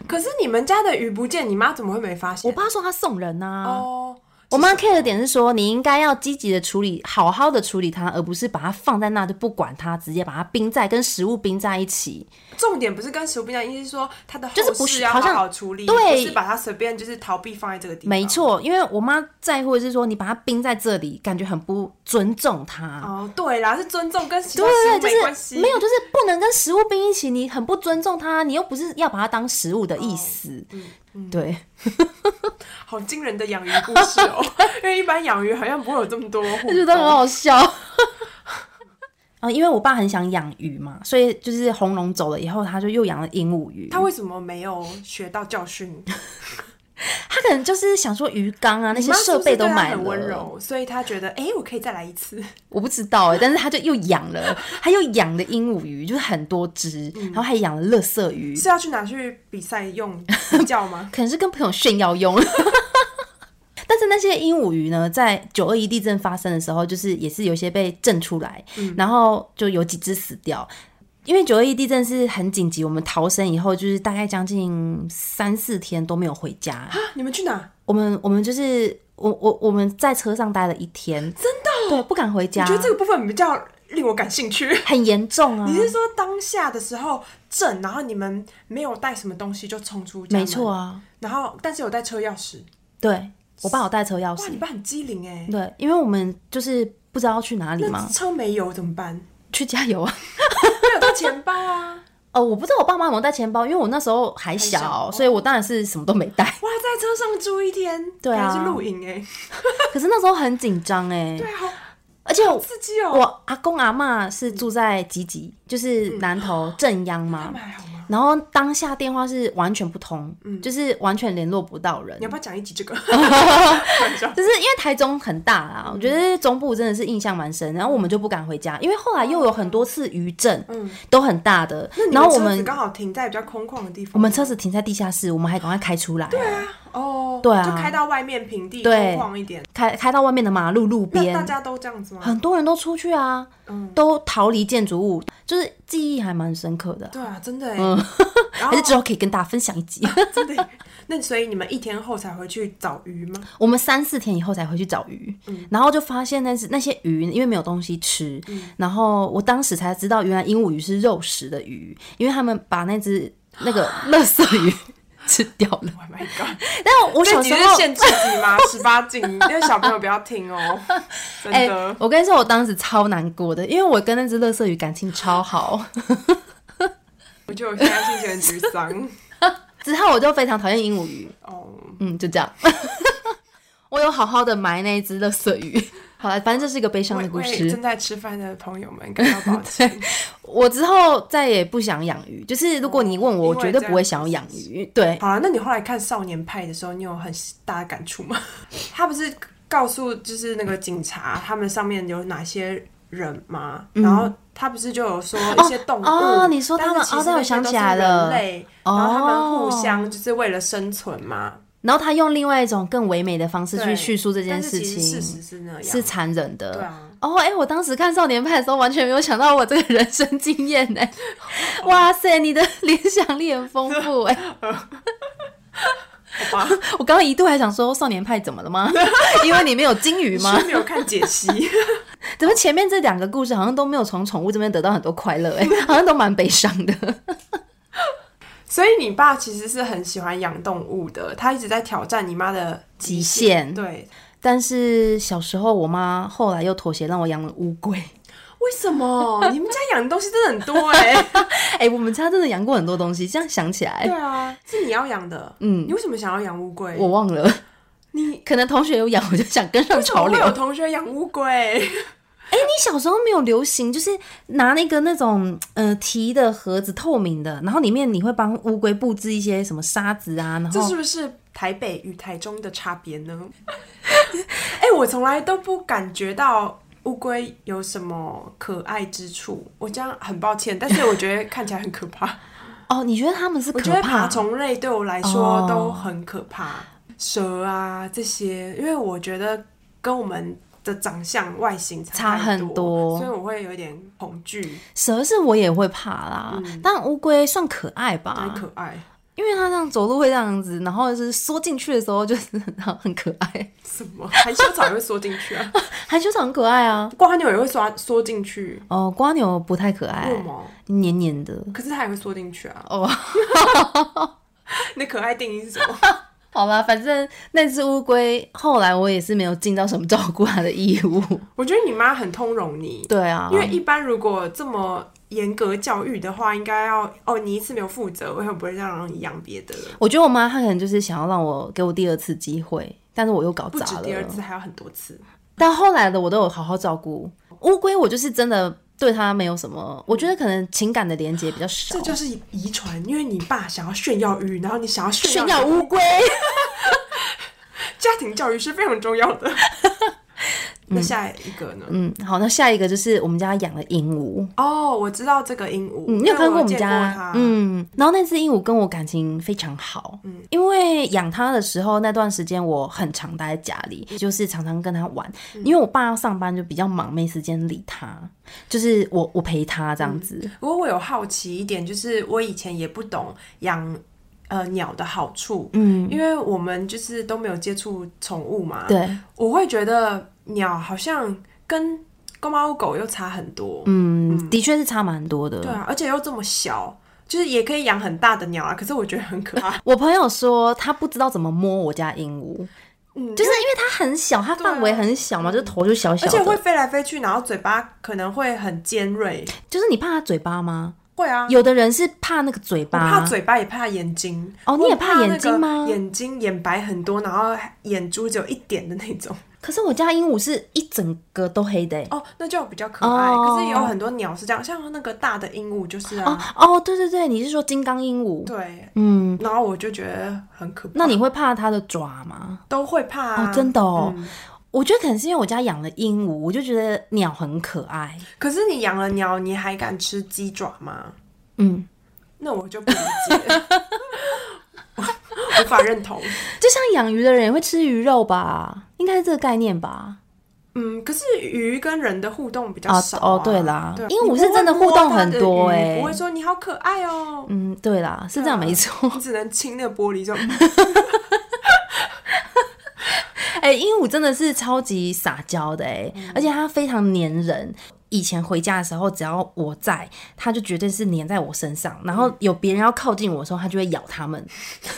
Speaker 2: 可是你们家的鱼不见，你妈怎么会没发现？
Speaker 1: 我爸说他送人呐、
Speaker 2: 哦，
Speaker 1: 我妈 care 的点是说，你应该要积极的处理，好好的处理它，而不是把它放在那就不管它，直接把它冰在跟食物冰在一起。
Speaker 2: 重点不是跟食物不一样，意思是说它的
Speaker 1: 就是
Speaker 2: 后
Speaker 1: 不
Speaker 2: 事
Speaker 1: 是
Speaker 2: 要好
Speaker 1: 好像
Speaker 2: 好处理，
Speaker 1: 对
Speaker 2: 不是把它随便就是逃避放在这个地方。
Speaker 1: 没。错，因为我妈在乎的是说，你把它冰在这里，感觉很不尊重它。
Speaker 2: 哦，对啦，是尊重跟其他
Speaker 1: 对
Speaker 2: 食物
Speaker 1: 对对，
Speaker 2: 没关
Speaker 1: 就
Speaker 2: 系。
Speaker 1: 是没有，就是不能跟食物冰一起，你很不尊重它，你又不是要把它当食物的意思。
Speaker 2: 嗯
Speaker 1: 对，
Speaker 2: 好惊人的养鱼故事哦， 因为一般养鱼好像不会有这么多互
Speaker 1: 就觉得很
Speaker 2: 动。
Speaker 1: 好 笑。啊，因为我爸很想养鱼嘛，所以就是红龙走了以后，他就又养了鹦鹉鱼。
Speaker 2: 他为什么没有学到教训？
Speaker 1: 他可能就是想说鱼缸啊那
Speaker 2: 你
Speaker 1: 些
Speaker 2: 妈是
Speaker 1: 设
Speaker 2: 不是
Speaker 1: 备都
Speaker 2: 对他
Speaker 1: 买了，
Speaker 2: 很温柔，所以他觉得，哎、我可以再来一次。
Speaker 1: 我不知道哎、但是他就又养了，他又养了鹦鹉鱼，就是很多只，
Speaker 2: 嗯
Speaker 1: 然后还养了乐色鱼，
Speaker 2: 是要去拿去比赛用叫 吗？
Speaker 1: 可能是跟朋友炫耀用。 但是那些鹦鹉鱼呢，在九二一地震发生的时候，就是也是有些被震出来，
Speaker 2: 嗯
Speaker 1: 然后就有几只死掉。因为九二一地震是很紧急，我们逃生以后，就是大概将近三四天都没有回 家。
Speaker 2: 啊你们去哪？
Speaker 1: 我们我们就是我我我们在车上待了一天，真的、对，不敢回家
Speaker 2: 哦我觉，得这个部分比较令我感兴趣。
Speaker 1: 很严重啊
Speaker 2: 你。是说当下的时候震，然后你们没有带什么东西就冲出家门
Speaker 1: 没错，啊，
Speaker 2: 然后但是有带车钥匙。
Speaker 1: 对我爸有带车钥
Speaker 2: 哇，
Speaker 1: 匙
Speaker 2: 你，爸很机灵哎。
Speaker 1: 对，因为我们就是不知道要去哪里嘛
Speaker 2: 那，车没油怎么办？
Speaker 1: 去加油啊！
Speaker 2: 我有带钱包 啊！
Speaker 1: 哦，我不知道我爸妈有没有带钱包，因为我那时候还小，
Speaker 2: 小哦
Speaker 1: 所以我当然是什么都没带。
Speaker 2: 哇，在车上住一天，
Speaker 1: 对啊
Speaker 2: 感觉是露营哎，
Speaker 1: 可是那时候很紧张哎，
Speaker 2: 对啊，好
Speaker 1: 而且我
Speaker 2: 刺激哦！
Speaker 1: 我阿公阿嬷是住在集集，就是
Speaker 2: 嗯
Speaker 1: 南投
Speaker 2: 哦
Speaker 1: 正央嘛。
Speaker 2: 他们还好吗？
Speaker 1: 然后当下电话是完全不通，
Speaker 2: 嗯
Speaker 1: 就是完全联络不到人啊
Speaker 2: 你要。不要讲一集这个？开玩笑
Speaker 1: 就是因为台中很大啦，我觉
Speaker 2: 嗯
Speaker 1: 得中部真的是印象蛮深，然后我们就不敢回家，因为后来又有很多次余震，都很大的。然后
Speaker 2: 嗯
Speaker 1: 我
Speaker 2: 你车子
Speaker 1: 们
Speaker 2: 刚好停在比较空旷的地方，
Speaker 1: 我们车子停在地下室，我们还赶快开出来，
Speaker 2: 哦，
Speaker 1: 对啊
Speaker 2: 就开到外面平地空
Speaker 1: 对
Speaker 2: 旷一点。
Speaker 1: 开开到外面的马路路
Speaker 2: 那大
Speaker 1: 边，
Speaker 2: 家都这样子吗？
Speaker 1: 很多人都出去啊，都逃离建筑物，就是记忆还蛮深刻的。
Speaker 2: 对啊，真的哎，
Speaker 1: 嗯
Speaker 2: 然
Speaker 1: 还
Speaker 2: 后
Speaker 1: 是之后可以跟大家分享一 集，
Speaker 2: 真的耶。欸那所以你们一天后才回去找鱼吗？
Speaker 1: 我们三四天以后才回去找鱼，然后就发现那是那些鱼，因为没有东西吃，然后我当时才知道，原来鹦鹉鱼是肉食的鱼，因为他们把那只那 个垃圾鱼吃掉了。
Speaker 2: Oh my god！
Speaker 1: 但我小
Speaker 2: 这集
Speaker 1: 时
Speaker 2: 是
Speaker 1: 候，
Speaker 2: 限制级吗？十八禁，因为小朋友不要听 哦，真
Speaker 1: 哎、
Speaker 2: 的。
Speaker 1: 我跟你说，我当时超难过的，因为我跟那只垃圾鱼感情超好，
Speaker 2: 我觉得我现在心情很沮丧。
Speaker 1: 之后我就非常讨厌鹦鹉鱼，
Speaker 2: 哦，
Speaker 1: 嗯，就这样。我有好好的埋那一只垃圾鱼。 好了，反正这是一个悲伤的
Speaker 2: 为
Speaker 1: 故
Speaker 2: 为
Speaker 1: 事。
Speaker 2: 正在吃饭的朋友们感到抱歉。
Speaker 1: 我之后再也不想养鱼，就是如果你问
Speaker 2: 哦因
Speaker 1: 我，
Speaker 2: 为
Speaker 1: 我绝对不会想要养鱼。对，
Speaker 2: 好了，那你后来看《少年派》的时候，你有很大的感触吗？ 他不是告诉就是那个警察他们上面有哪些人吗？然后他不是就有说一些动物，
Speaker 1: 嗯哦你说他们
Speaker 2: 但是其实
Speaker 1: 哦对我
Speaker 2: 那些
Speaker 1: 想
Speaker 2: 都
Speaker 1: 起
Speaker 2: 是
Speaker 1: 来了哦
Speaker 2: 人类，然后他们互相就是为了生存嘛，
Speaker 1: 然后他用另外一种更唯美的方式去
Speaker 2: 对
Speaker 1: 叙述这件事
Speaker 2: 但是其实事
Speaker 1: 情，
Speaker 2: 实是那样，
Speaker 1: 是残忍的。
Speaker 2: 对 啊。
Speaker 1: 哦，哎、我当时看《少年派》的时候，完全没有想到我这个人生经验 呢、哇塞，你的联想力很丰富 哎、
Speaker 2: 好吧，
Speaker 1: 我刚刚一度还想说《少年派》怎么了 吗？因为你没有金鱼
Speaker 2: 你
Speaker 1: 吗
Speaker 2: 是？ 没有看解析，
Speaker 1: 怎么前面这两个故事好像都没有从宠物这边得到很多快乐 哎、好像都蛮悲伤的。
Speaker 2: 所以你爸其实是很喜欢养动物的，他一直在挑战你妈的
Speaker 1: 极限
Speaker 2: 对，
Speaker 1: 但是小时候，我妈后来又妥协让我养了乌龟。
Speaker 2: 为什么？你们家养的东西真的很多哎、
Speaker 1: 哎、我们家真的养过很多东西，这样想起来
Speaker 2: 对，啊，是你要养的。
Speaker 1: 嗯
Speaker 2: 你为什么想要养乌龟？
Speaker 1: 我忘了，
Speaker 2: 你
Speaker 1: 可能同学有养，我就想跟上潮
Speaker 2: 我
Speaker 1: 流。
Speaker 2: 有
Speaker 1: 哎、
Speaker 2: 同学养乌 龟，
Speaker 1: 你小时候没有流行，就是拿那个那种呃提的盒子，透明的，然后里面你会帮乌龟布置一些什么沙子啊，然
Speaker 2: 这
Speaker 1: 后
Speaker 2: 是不是台北与台中的差别呢？ 哎、我从来都不感觉到。乌龟有什么可爱之处？我这样很抱歉，但是我觉得看起来很可怕。
Speaker 1: 哦，你觉得他们是
Speaker 2: 我觉
Speaker 1: 可
Speaker 2: 得
Speaker 1: 怕
Speaker 2: 爬？虫类对我来
Speaker 1: 哦
Speaker 2: 说都很可怕，蛇啊这些，因为我觉得跟我们的长相外形太
Speaker 1: 差很多
Speaker 2: 所以我会有点恐惧，
Speaker 1: 蛇是我也会怕啦，但乌龟算嗯可爱吧
Speaker 2: 很，可爱。
Speaker 1: 因为它这样走路会这样子，然后就是缩进去的时候就是很很可爱，
Speaker 2: 什么？含羞草也会缩进去啊？
Speaker 1: 含羞草很可爱啊。
Speaker 2: 瓜牛也会缩缩进去？
Speaker 1: 哦，瓜牛不太可爱
Speaker 2: 为，什么？
Speaker 1: 黏黏的。
Speaker 2: 可是它也会缩进去啊！
Speaker 1: 哎哦，
Speaker 2: 那可爱定义是什么？
Speaker 1: 好吧，反正那只乌龟后来我也是没有尽到什么照顾它的义务。
Speaker 2: 我觉得你妈很通融你，
Speaker 1: 对啊，
Speaker 2: 因为一般如果这么严格教育的话，应该要哦，你一次没有负责，我也不会再让你养别的了。
Speaker 1: 我觉得我妈她可能就是想要让我给我第二次机会，但是我又搞
Speaker 2: 不止
Speaker 1: 砸
Speaker 2: 第二次，
Speaker 1: 了。
Speaker 2: 还有很多次。
Speaker 1: 但后来的我都有好好照顾乌龟，我就是真的对它没有什么，我觉得可能情感的连接比较少
Speaker 2: 这。就是遗遗传，因为你爸想要炫耀鱼，然后你想要炫
Speaker 1: 炫
Speaker 2: 耀
Speaker 1: 耀乌龟，
Speaker 2: 家庭教育是非常重要 的。那下一个呢？
Speaker 1: 嗯，好，那下一个就是我们家养了鹦鹉，
Speaker 2: 哦，我知道这个鹦鹉，
Speaker 1: 嗯，你有看
Speaker 2: 因为
Speaker 1: 过我们
Speaker 2: 见
Speaker 1: 家
Speaker 2: 它？，
Speaker 1: 嗯，然后那只鹦鹉跟我感情非常好，
Speaker 2: 嗯
Speaker 1: 因为养它的时候那段时间我很常待在家里，就是常常跟它玩，
Speaker 2: 嗯
Speaker 1: 因为我爸要上班就比较忙，没时间理它，就是我我陪它这样子。
Speaker 2: 不过我有好奇一点，就是我以前也不懂养呃鸟的好处，嗯，因为我们就是都没有接触宠物嘛，
Speaker 1: 对，
Speaker 2: 我会觉得鸟好像跟公猫狗又差很多，
Speaker 1: 嗯，的确是差蛮多的。
Speaker 2: 对啊，而且又这么小，就是也可以养很大的鸟啊，可是我觉得很可爱。
Speaker 1: 我朋友说他不知道怎么摸我家鹦鹉，
Speaker 2: 嗯，啊
Speaker 1: 就是因为它很小，它范围很小嘛，就是头就小 小
Speaker 2: 而
Speaker 1: 的，
Speaker 2: 且会飞来飞去，然后嘴巴可能会很尖锐。
Speaker 1: 就是你怕它嘴巴吗？
Speaker 2: 会啊，
Speaker 1: 有的人是怕那个嘴
Speaker 2: 我怕
Speaker 1: 巴，
Speaker 2: 嘴巴也怕眼睛。
Speaker 1: 啊哦你也
Speaker 2: 我
Speaker 1: 怕眼睛吗
Speaker 2: 那个眼睛眼白很多，然后眼珠只有一点的那种。
Speaker 1: 可是我家鹦鹉是一整个都黑的欸、
Speaker 2: 哦，那就比较可爱。
Speaker 1: 哦
Speaker 2: 可是也有很多鸟是这样，像那个大的鹦鹉就是
Speaker 1: 哦
Speaker 2: 啊，
Speaker 1: 哦，对对对，你是说金刚鹦鹉？
Speaker 2: 对。
Speaker 1: 嗯，
Speaker 2: 然后我就觉得很可怕，
Speaker 1: 那你会怕它的爪吗？
Speaker 2: 都会怕、啊
Speaker 1: 哦，真的哦。
Speaker 2: 嗯
Speaker 1: 我觉得可能是因为我家养了鹦鹉，我就觉得鸟很可爱。
Speaker 2: 可是你养了鸟，你还敢吃鸡爪吗？
Speaker 1: 嗯，
Speaker 2: 那我就不理解， 我无法认同。
Speaker 1: 就像养鱼的人也会吃鱼肉吧，应该是这个概念吧？
Speaker 2: 嗯，可是鱼跟人的互动比较
Speaker 1: 啊
Speaker 2: 少、
Speaker 1: 哦对啦
Speaker 2: 对
Speaker 1: 因为我是真的互动很多
Speaker 2: 哎、
Speaker 1: 欸
Speaker 2: 不会说你好可爱哦、
Speaker 1: 嗯，对啦，是这样没错。
Speaker 2: 你只能亲那个玻璃就，嗯
Speaker 1: 哎、鹦鹉真的是超级撒娇的哎、
Speaker 2: 嗯
Speaker 1: 而且它非常粘人。以前回家的时候，只要我在，它就绝对是粘在我身上。然
Speaker 2: 嗯
Speaker 1: 后有别人要靠近我的时候，它就会咬它们。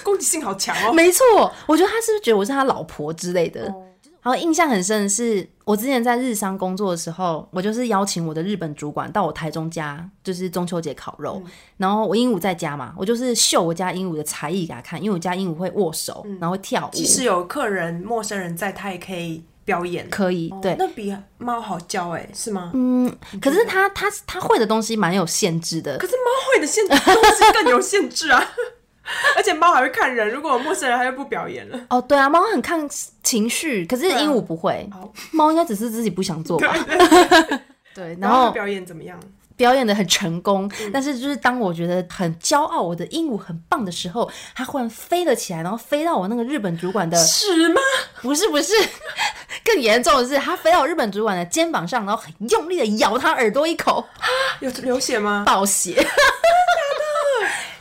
Speaker 2: 攻击性好强 哦、
Speaker 1: 没错，我觉得他是不是觉得我是他老婆之类的？
Speaker 2: 哦
Speaker 1: 然后印象很深的是，我之前在日商工作的时候，我就是邀请我的日本主管到我台中家，就是中秋节烤肉。
Speaker 2: 嗯
Speaker 1: 然后我鹦鹉在家嘛，我就是秀我家鹦鹉的才艺给他看，因为我家鹦鹉会握手，
Speaker 2: 嗯
Speaker 1: 然后会跳舞，
Speaker 2: 即使有客人、陌生人在，他也可以表演。
Speaker 1: 可以
Speaker 2: 哦
Speaker 1: 对。
Speaker 2: 那比猫好教哎、是吗？
Speaker 1: 嗯，可是他他他会的东西蛮有限制的
Speaker 2: 可，是猫会的限东西更有限制啊， 而且猫还会看人，如果有陌生人，它就不表演了。
Speaker 1: 哦，对啊，猫很看情绪，可是
Speaker 2: 对啊
Speaker 1: 鹦鹉不会
Speaker 2: 好，
Speaker 1: 猫应该只是自己不 想做吧。 对，然
Speaker 2: 然后
Speaker 1: 后
Speaker 2: 它表演怎么样？
Speaker 1: 表演的很成功，但是就是当我觉得很骄傲，我的鹦鹉很棒的时候，它忽然飞了起来，然后飞到我那个日本主管的，
Speaker 2: 是吗？
Speaker 1: 不是不是， 更严重的是，它飞到我日本主管的肩膀上，然后很用力的咬他耳朵一口，
Speaker 2: 有流血吗？
Speaker 1: 爆血。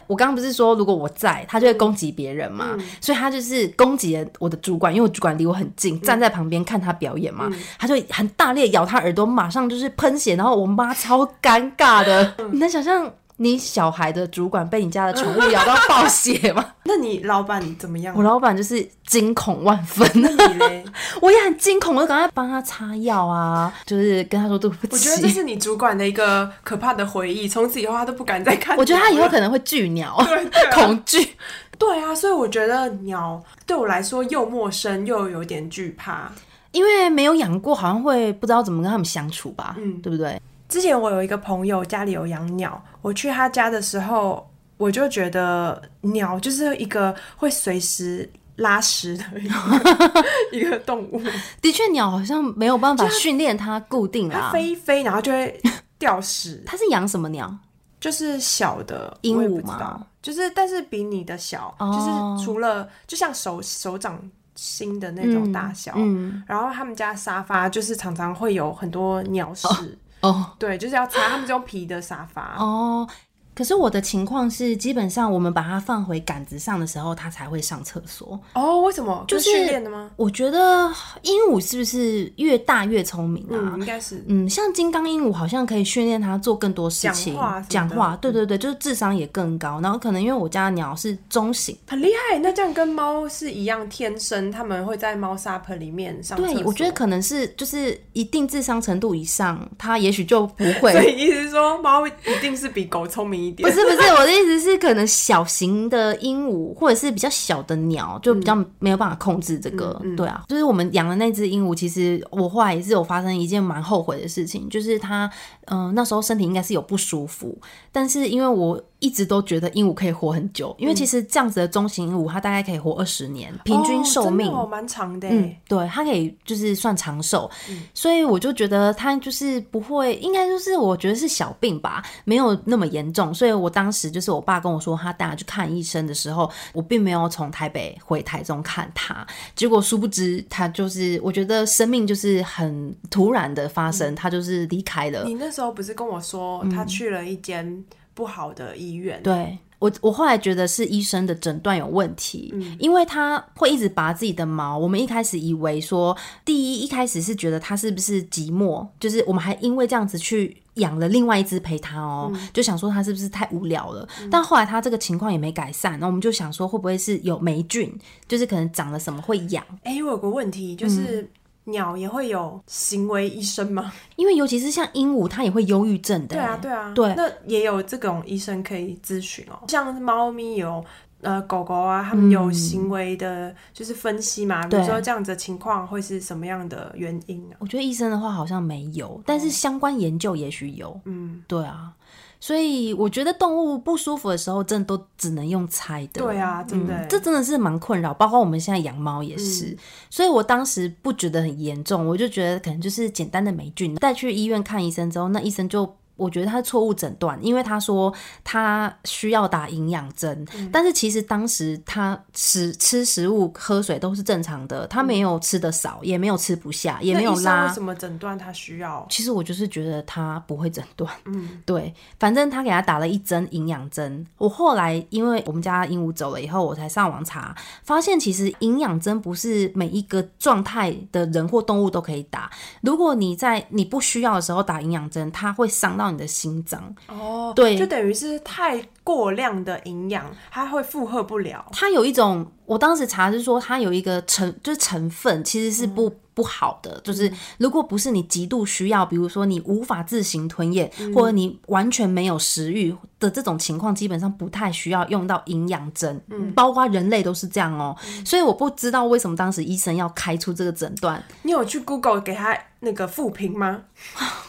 Speaker 1: 我刚刚不是说，如果我在，它就会攻击别人嘛，
Speaker 2: 嗯
Speaker 1: 所以它就是攻击了我的主管，因为我主管离我很
Speaker 2: 嗯
Speaker 1: 近，站在旁边看他表演嘛，它就很大力地咬他耳朵，马上就是喷血，然后我妈超尴尬的，
Speaker 2: 嗯
Speaker 1: 你能想象你小孩的主管被你家的宠物咬到爆 血吗？
Speaker 2: 那你老板怎么样
Speaker 1: 我？老板就是惊恐万分，
Speaker 2: 那你嘞？
Speaker 1: 我也很惊恐，我就赶快帮他擦药啊，就是跟他说对不起。
Speaker 2: 我觉得这是你主管的一个可怕的回忆，从此以后他都不敢再看你了。
Speaker 1: 我觉得他以后可能会 巨鸟，
Speaker 2: 啊
Speaker 1: 恐惧。
Speaker 2: 对啊，所以我觉得鸟对我来说又陌生又有点惧怕。
Speaker 1: 因为没有养过，好像会不知道怎么跟他们相处吧，
Speaker 2: 嗯
Speaker 1: 对不对？
Speaker 2: 之前我有一个朋友家里有养鸟，我去他家的时候，我就觉得鸟就是一个会随时拉屎的一个 一个动物，
Speaker 1: 的确，鸟好像没有办法训练它固定
Speaker 2: 它
Speaker 1: 啊。
Speaker 2: 飞一飞，然后就会掉屎，
Speaker 1: 它是养什么鸟？
Speaker 2: 就是小的
Speaker 1: 鹦鹉
Speaker 2: 我也不知
Speaker 1: 吗
Speaker 2: 道，就是但是比你的小，
Speaker 1: 哦
Speaker 2: 就是除了就像手手掌心的那种大小。
Speaker 1: 嗯，
Speaker 2: 然后他们家沙发就是常常会有很多鸟屎，
Speaker 1: 哦
Speaker 2: 对，就是要擦，他们是用皮的沙发。
Speaker 1: 哦。可是我的情况是，基本上我们把它放回杆子上的时候，它才会上厕所。
Speaker 2: 哦，为什么？
Speaker 1: 就是
Speaker 2: 跟训练的吗？
Speaker 1: 我觉得鹦鹉是不是越大越聪明啊？
Speaker 2: 嗯，应该是。
Speaker 1: 嗯，像金刚鹦鹉好像可以训练它做更多事
Speaker 2: 讲
Speaker 1: 情，
Speaker 2: 话什么的
Speaker 1: 对对对，就是智商也更高。然后可能因为我家的鸟是中型，
Speaker 2: 很厉害，那这样跟猫是一样，天生他们会在猫砂盆里面上厕所。
Speaker 1: 对，我 觉得可能是就是一定智商程度以上，它也许就不
Speaker 2: 所
Speaker 1: 会。
Speaker 2: 以意思是说，猫一定是比狗聪明一
Speaker 1: 不
Speaker 2: 点。哦
Speaker 1: 是不是，我的意思是，可能小型的鹦鹉或者是比较小的鸟，就比较没有办法控制这个。
Speaker 2: 嗯嗯
Speaker 1: 对啊，就是我们养的那只鹦鹉，其实我后来也是有发生一件蛮后悔的事情，就是它，嗯、那时候身体应该是有不舒服，但是因为我一直都觉得鹦鹉可以活很久，因为其实这样子的中型鹦鹉，它大概可以活二十年，平均寿命。
Speaker 2: 哦真的哦蛮、长的耶。
Speaker 1: 嗯，对，它可以就是算长寿，所以我就觉得它就是不会，应该就是我觉得是小病吧，没有那么严重。所以我当时就是我爸跟我说他带他去看医生的时候，我并没有从台北回台中看他，结果殊不知他就是，我觉得生命就是很突然的发生，他就是离开了。
Speaker 2: 你那时候不是跟我说，他去了一间不好的医院？
Speaker 1: 对，我我后来觉得是医生的诊断有问题，
Speaker 2: 嗯
Speaker 1: 因为他会一直拔自己的毛。我们一开始以为说，第一一开始是觉得他是不是寂寞，就是我们还因为这样子去。养了另外一只陪他哦，
Speaker 2: 嗯
Speaker 1: 就想说他是不是太无聊了？但后来他这个情况也没改善，然后我们就想说会不会是有霉菌，就是可能长了什么会痒？
Speaker 2: 哎、我有个问题，
Speaker 1: 嗯
Speaker 2: 就是鸟也会有行为医生吗？
Speaker 1: 因为尤其是像鹦鹉，它也会忧郁症的。欸
Speaker 2: 对啊，对啊，
Speaker 1: 哦对
Speaker 2: 那也有这种医生可以咨询哦，像猫咪有。呃，狗狗啊，它们有行为的，就是分析嘛，比如
Speaker 1: 嗯对
Speaker 2: 说这样子的情况会是什么样的原因啊？
Speaker 1: 我觉得医生的话好像没有，但是相关研究也许有。
Speaker 2: 嗯，
Speaker 1: 对啊，所以我觉得动物不舒服的时候，真的都只能用猜的。
Speaker 2: 对啊，真的欸、
Speaker 1: 嗯，这真的是蛮困扰，包括我们现在养猫也是，
Speaker 2: 嗯
Speaker 1: 所以我当时不觉得很严重，我就觉得可能就是简单的霉菌。带去医院看医生之后，那医生就。我觉得他错误诊断，因为他说他需要打营养针，
Speaker 2: 嗯
Speaker 1: 但是其实当时他吃吃食物、喝水都是正常的，他
Speaker 2: 嗯
Speaker 1: 没有吃的少，也没有吃不下，也
Speaker 2: 那
Speaker 1: 没有
Speaker 2: 医生
Speaker 1: 拉
Speaker 2: 为。什么诊断它需要？
Speaker 1: 其实我就是觉得他不会诊断，嗯， 对，反正他给他打了一针营养针。我后来因为我们家鹦鹉走了以后，我才上网查，发现其实营养针不是每一个状态的人或动物都可以打。如果你在你不需要的时候打营养针，它会伤到你的心脏。
Speaker 2: 哦，
Speaker 1: 对
Speaker 2: 就等于是太过量的营养，它会负荷不了。
Speaker 1: 它有一种，我当时查是说它有一个成就是成分其实是不、不好的，就是如果不是你极度需要，比如说你无法自行吞咽，或者你完全没有食欲的这种情况，基本上不太需要用到营养针，包括人类都是这样哦、所以我不知道为什么当时医生要开出这个诊断，
Speaker 2: 你有去 Google 给它那个复评吗？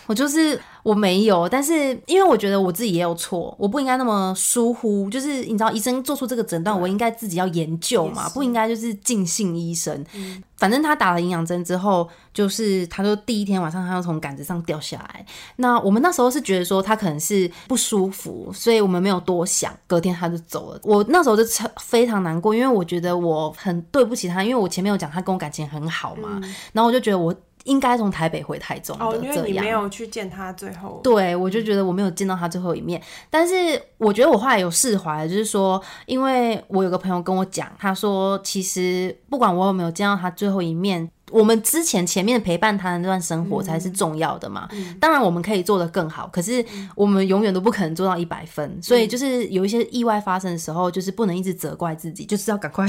Speaker 1: 我就是我没有，但是因为我觉得我自己也有错，我不应该那么疏忽。就是你知道，医生做出这个诊断，我应该自己要研究嘛
Speaker 2: 啊也，是嗯
Speaker 1: 不应该就是尽信医生。反正他打了营养针之后，就是他说第一天晚上他就从杆子上掉下来。那我们那时候是觉得说他可能是不舒服，所以我们没有多想，隔天他就走了。我那时候就超非常难过，因为我觉得我很对不起他，因为我前面有讲他跟我感情很好嘛，然后我就觉得我。应该从台北回台中
Speaker 2: 嗯哦，
Speaker 1: 的，
Speaker 2: 因
Speaker 1: 这
Speaker 2: 为你
Speaker 1: 样。
Speaker 2: 没有去见它，最后
Speaker 1: 对，我就觉得我没有见到他最后一面，但是我觉得我后来有释怀，就是说，因为我有个朋友跟我讲，他说其实不管我有没有见到他最后一面，我们之前前面陪伴他的那段生活才是重要的嘛。当然我们可以做得更好，可是我们永远都不可能做到一百分，所以就是有一些意外发生的时候，就是不能一直责怪自己，就是要赶快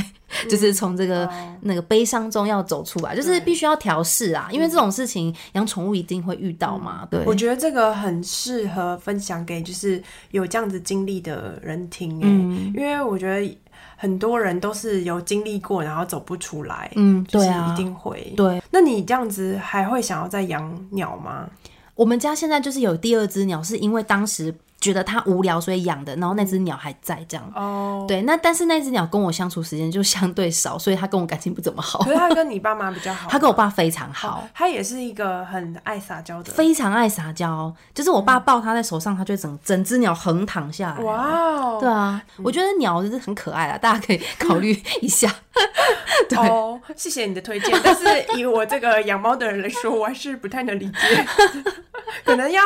Speaker 1: 就是从这个、那个悲伤中要走出来，就是必须要调试啊，因为这种事情养宠物一定会遇到嘛。对，
Speaker 2: 我觉得这个很适合分享给就是有这样子经历的人听、欸，
Speaker 1: 嗯
Speaker 2: 因为我觉得很多人都是有经历过，然后走不出来，
Speaker 1: 嗯，
Speaker 2: 就
Speaker 1: 对
Speaker 2: 是
Speaker 1: 啊，
Speaker 2: 一定会。
Speaker 1: 对。
Speaker 2: 那你这样子还会想要再养鸟吗？
Speaker 1: 我们家现在就是有第二只鸟，是因为当时觉得它无聊所以养的，然后那只鸟还在这样。
Speaker 2: 哦，
Speaker 1: 对，那但是那只鸟跟我相处时间就相对少，所以它跟我感情不怎么好
Speaker 2: 可。是它跟你爸妈比较 好，
Speaker 1: 它跟我爸非常好，
Speaker 2: 它也是一个很爱撒娇的。
Speaker 1: 非常爱撒娇，就是我爸抱它在手上，它就整整只鸟横躺下来。
Speaker 2: 哇哦，
Speaker 1: 对啊，我觉得鸟就是很可爱啦， 大家可以考虑一 下。
Speaker 2: 啊哦，谢谢你的推荐，但是以我这个养猫的人来说，我还是不太能理解， 可能要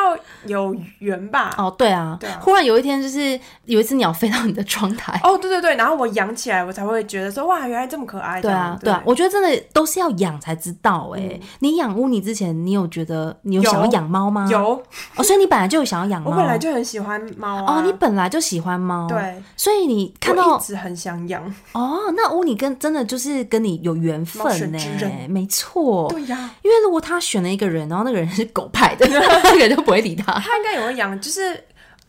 Speaker 2: 有缘吧。
Speaker 1: 哦，对啊，
Speaker 2: 对啊
Speaker 1: 忽然有一天就是有一只鸟飞到你的 窗台，
Speaker 2: 哦，对对对，然后我养起来，我才会觉得说，哇，原来这么可爱。
Speaker 1: 对
Speaker 2: 这
Speaker 1: 啊
Speaker 2: 样，
Speaker 1: 对啊，我觉得真的都是要养才知道哎、你养乌你之前，你有觉得你有
Speaker 2: 嗯有
Speaker 1: 想要养猫吗？
Speaker 2: 有，
Speaker 1: 哦，所以你本来就有想要养猫，
Speaker 2: 我本来就很喜欢猫啊。
Speaker 1: 哦，你本来就喜欢猫，，
Speaker 2: 对，
Speaker 1: 所以你看
Speaker 2: 我一
Speaker 1: 到
Speaker 2: 直很想 养。
Speaker 1: 哦，那乌你跟真的就是跟你有缘
Speaker 2: 猫
Speaker 1: 分
Speaker 2: 选
Speaker 1: 呢、
Speaker 2: 之人
Speaker 1: 没错。
Speaker 2: 对呀，
Speaker 1: 因为如果他选了一个人，然后那个人是狗 派的，那个人就不会理他。
Speaker 2: 他应该也会养，就是。